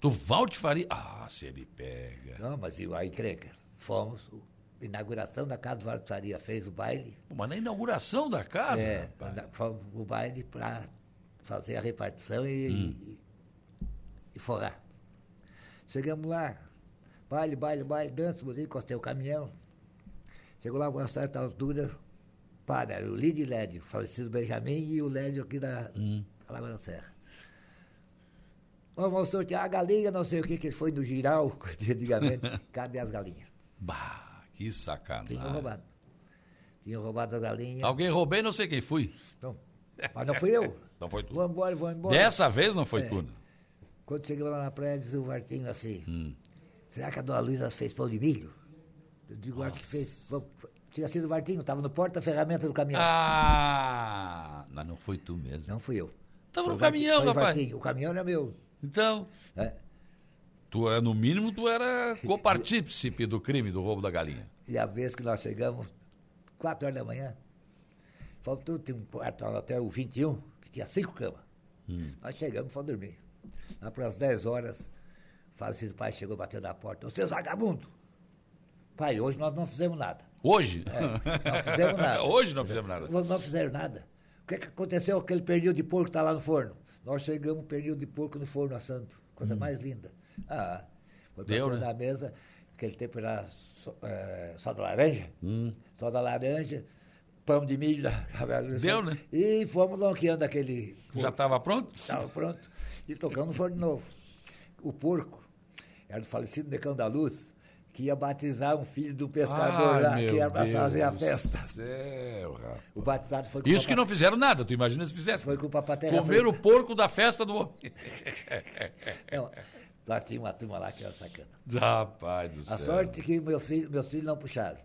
Speaker 3: Duval de Faria. Ah, se ele pega.
Speaker 4: Não, mas e aí, creca, fomos. o- Inauguração da casa do Valdo Faria fez o baile.
Speaker 3: Pô, Mas na inauguração da casa,
Speaker 4: É,
Speaker 3: rapaz.
Speaker 4: na- fomos o baile para fazer a repartição e,
Speaker 3: Hum.
Speaker 4: e- e forrar. Chegamos lá, baile, baile, baile, dança, bonito, encostei o caminhão. Chegou lá, uma certa altura, para, era o Lid e Lédio, o falecido Benjamin e o Lédio aqui da,
Speaker 3: Hum.
Speaker 4: da Lagoa da Serra. Ó, Vamos sortear a galinha, não sei o que, que foi no giral, antigamente. Cadê as galinhas?
Speaker 3: Bah, que
Speaker 4: Tinham
Speaker 3: sacanagem.
Speaker 4: roubado. Tinham roubado as galinhas.
Speaker 3: Alguém roubei, não sei quem fui.
Speaker 4: Então, mas não fui eu.
Speaker 3: Não foi tu.
Speaker 4: Vou embora, vou embora.
Speaker 3: Dessa vez não foi
Speaker 4: É,
Speaker 3: tu. né?
Speaker 4: Quando chegamos lá na praia, diz o Martinho assim:
Speaker 3: Hum.
Speaker 4: Será que a dona Luísa fez pão de milho? Eu digo, acho que fez. Bom, Tinha sido o Martinho, estava no porta-ferramenta do caminhão.
Speaker 3: Ah, mas não foi tu mesmo.
Speaker 4: é. Não fui eu.
Speaker 3: Tava
Speaker 4: Foi
Speaker 3: no
Speaker 4: o Vartinho-
Speaker 3: caminhão,
Speaker 4: foi o
Speaker 3: rapaz.
Speaker 4: Vartinho. O caminhão era meu.
Speaker 3: Então,
Speaker 4: né?
Speaker 3: tu é, no mínimo, tu era copartícipe do crime do roubo da galinha.
Speaker 4: E a vez que nós chegamos, 4 horas da manhã, faltou, tinha um quarto lá no hotel, o 21, que tinha cinco camas. Nós chegamos, fomos dormir. Lá para as 10 horas, o falecido pai chegou batendo na porta. Ô, seus vagabundo! Pai, hoje nós não fizemos nada.
Speaker 3: Hoje?
Speaker 4: É, Não fizemos nada.
Speaker 3: Hoje não fizemos nada.
Speaker 4: Não fizeram nada. O que, é que aconteceu com aquele pernil de porco que está lá no forno? Nós chegamos, pernil de porco no forno assando. Coisa mais linda. Ah, foi
Speaker 3: Deu,
Speaker 4: passando
Speaker 3: né?
Speaker 4: na mesa, aquele tempo era só, eh, só da laranja,
Speaker 3: Hum.
Speaker 4: só da laranja, pão de milho. Da,
Speaker 3: Deu, né?
Speaker 4: E fomos lonqueando aquele
Speaker 3: Tu Já estava pronto?
Speaker 4: Estava pronto. E tocamos no forno de novo. O porco era do falecido Decão da Luz, que ia batizar um filho do pescador
Speaker 3: Ai,
Speaker 4: lá,
Speaker 3: meu
Speaker 4: que era para
Speaker 3: Deus
Speaker 4: fazer a
Speaker 3: do
Speaker 4: festa.
Speaker 3: céu, rapaz.
Speaker 4: O batizado foi com
Speaker 3: Isso que
Speaker 4: o
Speaker 3: não fizeram nada, tu imagina se fizesse.
Speaker 4: Foi culpa pra terra
Speaker 3: Comer o
Speaker 4: preta.
Speaker 3: porco da festa do homem.
Speaker 4: não. Nós tínhamos uma turma lá que era sacana.
Speaker 3: Rapaz do céu.
Speaker 4: A sorte é que meu filho, meus filhos não puxaram.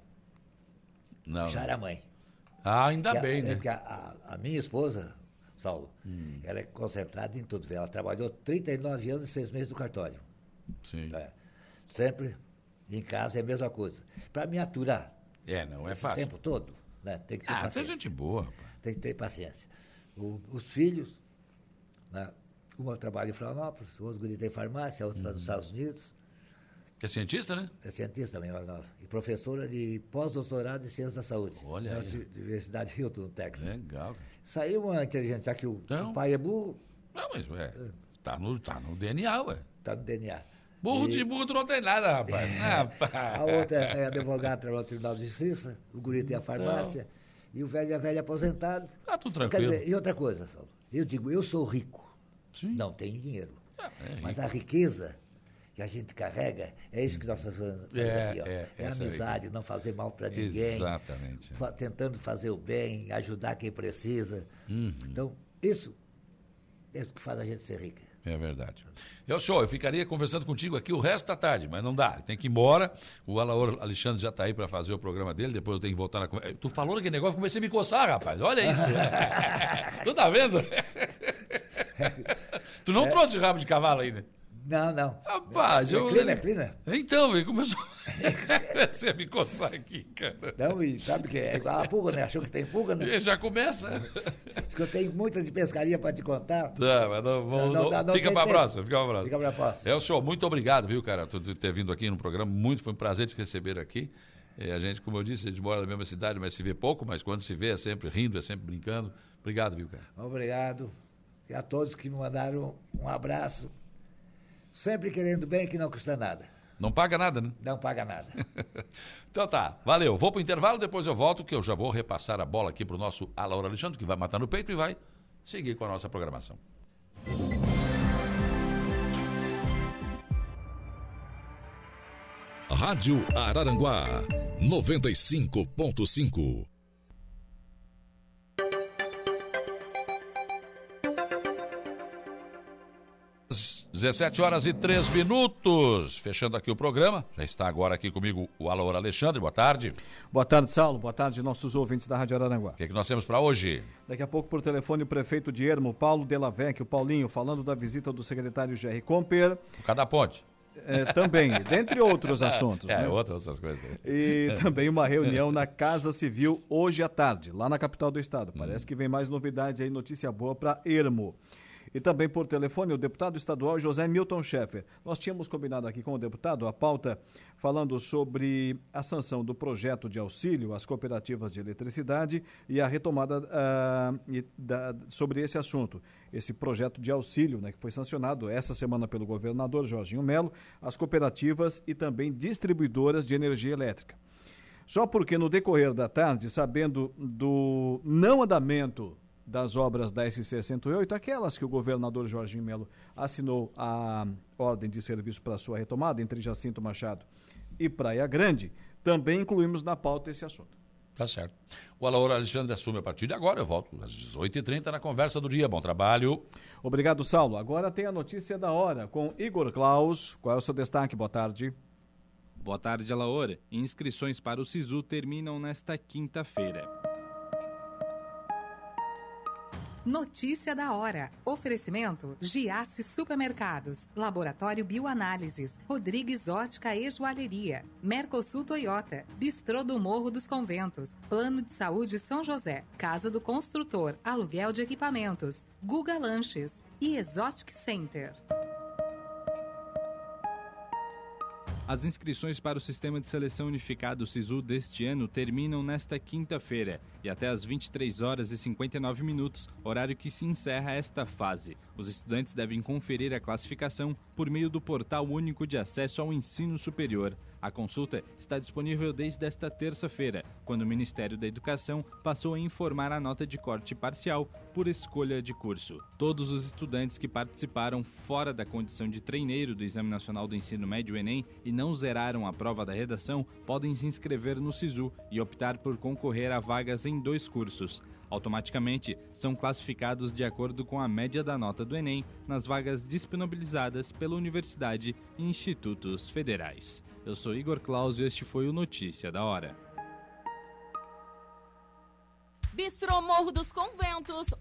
Speaker 3: Não.
Speaker 4: Puxaram a mãe.
Speaker 3: Ah, ainda
Speaker 4: Porque a-
Speaker 3: bem,
Speaker 4: é
Speaker 3: né? Hum.
Speaker 4: Porque a, a- a minha esposa, Saulo, ela é concentrada em tudo. Ela trabalhou 39 anos e 6 meses no cartório.
Speaker 3: Sim.
Speaker 4: É. Sempre em casa é a mesma coisa. Para me aturar
Speaker 3: É, não é
Speaker 4: esse
Speaker 3: fácil.
Speaker 4: tempo todo, né, tem que ter
Speaker 3: Ah, você é
Speaker 4: paciência.
Speaker 3: gente boa, rapaz.
Speaker 4: Tem que ter paciência. O- os filhos, né, uma trabalha em Florianópolis, o outro guri tem farmácia, a outra
Speaker 3: Uhum.
Speaker 4: está nos Estados Unidos,
Speaker 3: Que é cientista, né?
Speaker 4: é cientista também, mais nova, e professora de pós-doutorado em ciências da saúde.
Speaker 3: Olha
Speaker 4: na
Speaker 3: aí.
Speaker 4: Universidade Hilton, no Texas.
Speaker 3: Legal.
Speaker 4: Saiu uma inteligente, já que o,
Speaker 3: Então?
Speaker 4: o pai é burro,
Speaker 3: Não, mas ué, tá no, tá no DNA, ué.
Speaker 4: está tá no DNA.
Speaker 3: Burro
Speaker 4: E
Speaker 3: de burro tu não tem nada, rapaz.
Speaker 4: A
Speaker 3: rapaz.
Speaker 4: outra é advogada, trabalha no Tribunal de Justiça, o guri tem a farmácia, e o velho é velho aposentado.
Speaker 3: Tá tudo
Speaker 4: Quer
Speaker 3: tranquilo.
Speaker 4: dizer, e outra coisa, Saulo, eu digo, eu sou rico,
Speaker 3: Sim.
Speaker 4: não tenho dinheiro.
Speaker 3: Ah, é rico.
Speaker 4: Mas a riqueza que a gente carrega é isso que nós fazemos
Speaker 3: É,
Speaker 4: aqui, ó.
Speaker 3: é,
Speaker 4: É,
Speaker 3: essa é a
Speaker 4: amizade, não fazer mal para ninguém.
Speaker 3: Exatamente.
Speaker 4: fa- Tentando fazer o bem, ajudar quem precisa.
Speaker 3: Uhum.
Speaker 4: Então, isso é o que faz a gente ser rica.
Speaker 3: É verdade. Eu sou, eu ficaria conversando contigo aqui o resto da tarde, mas não dá. Tem que ir embora. O Alaor Alexandre já está aí para fazer o programa dele, depois eu tenho que voltar na conversa. Tu falou aquele negócio, comecei a me coçar, rapaz. Olha isso. tu tá vendo? tu não trouxe rabo de cavalo ainda.
Speaker 4: Não, não.
Speaker 3: Rapaz,
Speaker 4: é,
Speaker 3: eu.
Speaker 4: É clina, é clina.
Speaker 3: Então, ele começou. comecei a me coçar aqui, cara.
Speaker 4: Não, e sabe que é igual a pulga, né? Achou que tem pulga, né?
Speaker 3: Ele já começa.
Speaker 4: Diz que eu tenho muitas de pescaria para te contar.
Speaker 3: Tá, mas não, vamos-
Speaker 4: Não, não,
Speaker 3: não-
Speaker 4: não,
Speaker 3: fica
Speaker 4: tem
Speaker 3: pra
Speaker 4: tempo.
Speaker 3: próxima, fica pra próxima.
Speaker 4: Fica pra próxima.
Speaker 3: É o senhor, muito obrigado, viu, cara, por tu ter vindo aqui no programa. Muito, foi um prazer te receber aqui. É, a gente, como eu disse, a gente mora na mesma cidade, mas se vê pouco, mas quando se vê é sempre rindo, é sempre brincando. Obrigado, viu, cara.
Speaker 4: Obrigado. E a todos que me mandaram um abraço. Sempre querendo bem, que não custa nada.
Speaker 3: Não paga nada, né?
Speaker 4: Não paga nada.
Speaker 3: Então tá, valeu. Vou pro intervalo, depois eu volto, que eu já vou repassar a bola aqui pro nosso Alaura Alexandre, que vai matar no peito e vai seguir com a nossa programação.
Speaker 2: Rádio Araranguá 95.5.
Speaker 3: Às 17 horas e 3 minutos. Fechando aqui o programa. Já está agora aqui comigo o Alaor Alexandre. Boa tarde. O
Speaker 5: Boa tarde, Saulo. Boa tarde, nossos ouvintes da Rádio Araranguá.
Speaker 3: que, é que nós temos para hoje?
Speaker 5: Daqui a pouco, por telefone, o prefeito de Ermo, Paulo Delavec, o Paulinho, falando da visita do secretário Jerry Comper,
Speaker 3: O Cada Ponte.
Speaker 5: eh, também, dentre outros assuntos.
Speaker 3: É,
Speaker 5: né?
Speaker 3: outras essas coisas. né?
Speaker 5: E também uma reunião na Casa Civil hoje à tarde, lá na capital do estado. Parece que vem mais novidade aí, notícia boa para Ermo. E também por telefone, o deputado estadual José Milton Schaeffer. Nós tínhamos combinado aqui com o deputado a pauta falando sobre a sanção do projeto de auxílio às cooperativas de eletricidade e a retomada ah, e da- sobre esse assunto. Esse projeto de auxílio né, que foi sancionado essa semana pelo governador Jorginho Melo, às cooperativas e também distribuidoras de energia elétrica. Só porque no decorrer da tarde, sabendo do não andamento das obras da SC-108, aquelas que o governador Jorginho Melo assinou a ordem de serviço para sua retomada entre Jacinto Machado e Praia Grande, também incluímos na pauta esse assunto.
Speaker 3: Tá certo. O Alaor Alexandre assume a partir de agora. Eu volto às 18h30 na conversa do dia. Bom trabalho.
Speaker 5: Obrigado, Saulo. Agora tem a notícia da hora com Igor Klaus. Qual é o seu destaque? Boa tarde.
Speaker 6: Boa tarde, Alaor. Inscrições para o SISU terminam nesta quinta-feira.
Speaker 7: Notícia da hora. Oferecimento: Giasse Supermercados, Laboratório Bioanálises, Rodrigues Ótica e Joalheria, Mercosul Toyota, Bistrô do Morro dos Conventos, Plano de Saúde São José, Casa do Construtor, Aluguel de Equipamentos, Guga Lanches e Exotic Center.
Speaker 6: As inscrições para o Sistema de Seleção Unificado SISU deste ano terminam nesta quinta-feira e até às 23 horas e 59 minutos, horário que se encerra esta fase. Os estudantes devem conferir a classificação por meio do Portal Único de Acesso ao Ensino Superior. A consulta está disponível desde esta terça-feira, quando o Ministério da Educação passou a informar a nota de corte parcial por escolha de curso. Todos os estudantes que participaram fora da condição de treineiro do Exame Nacional do Ensino Médio Enem e não zeraram a prova da redação podem se inscrever no SISU e optar por concorrer a vagas em dois cursos. Automaticamente, são classificados de acordo com a média da nota do Enem nas vagas disponibilizadas pela universidade e institutos federais. Eu sou Igor Claus e este foi o Notícia da Hora.
Speaker 8: Bistrô Morro dos Conventos,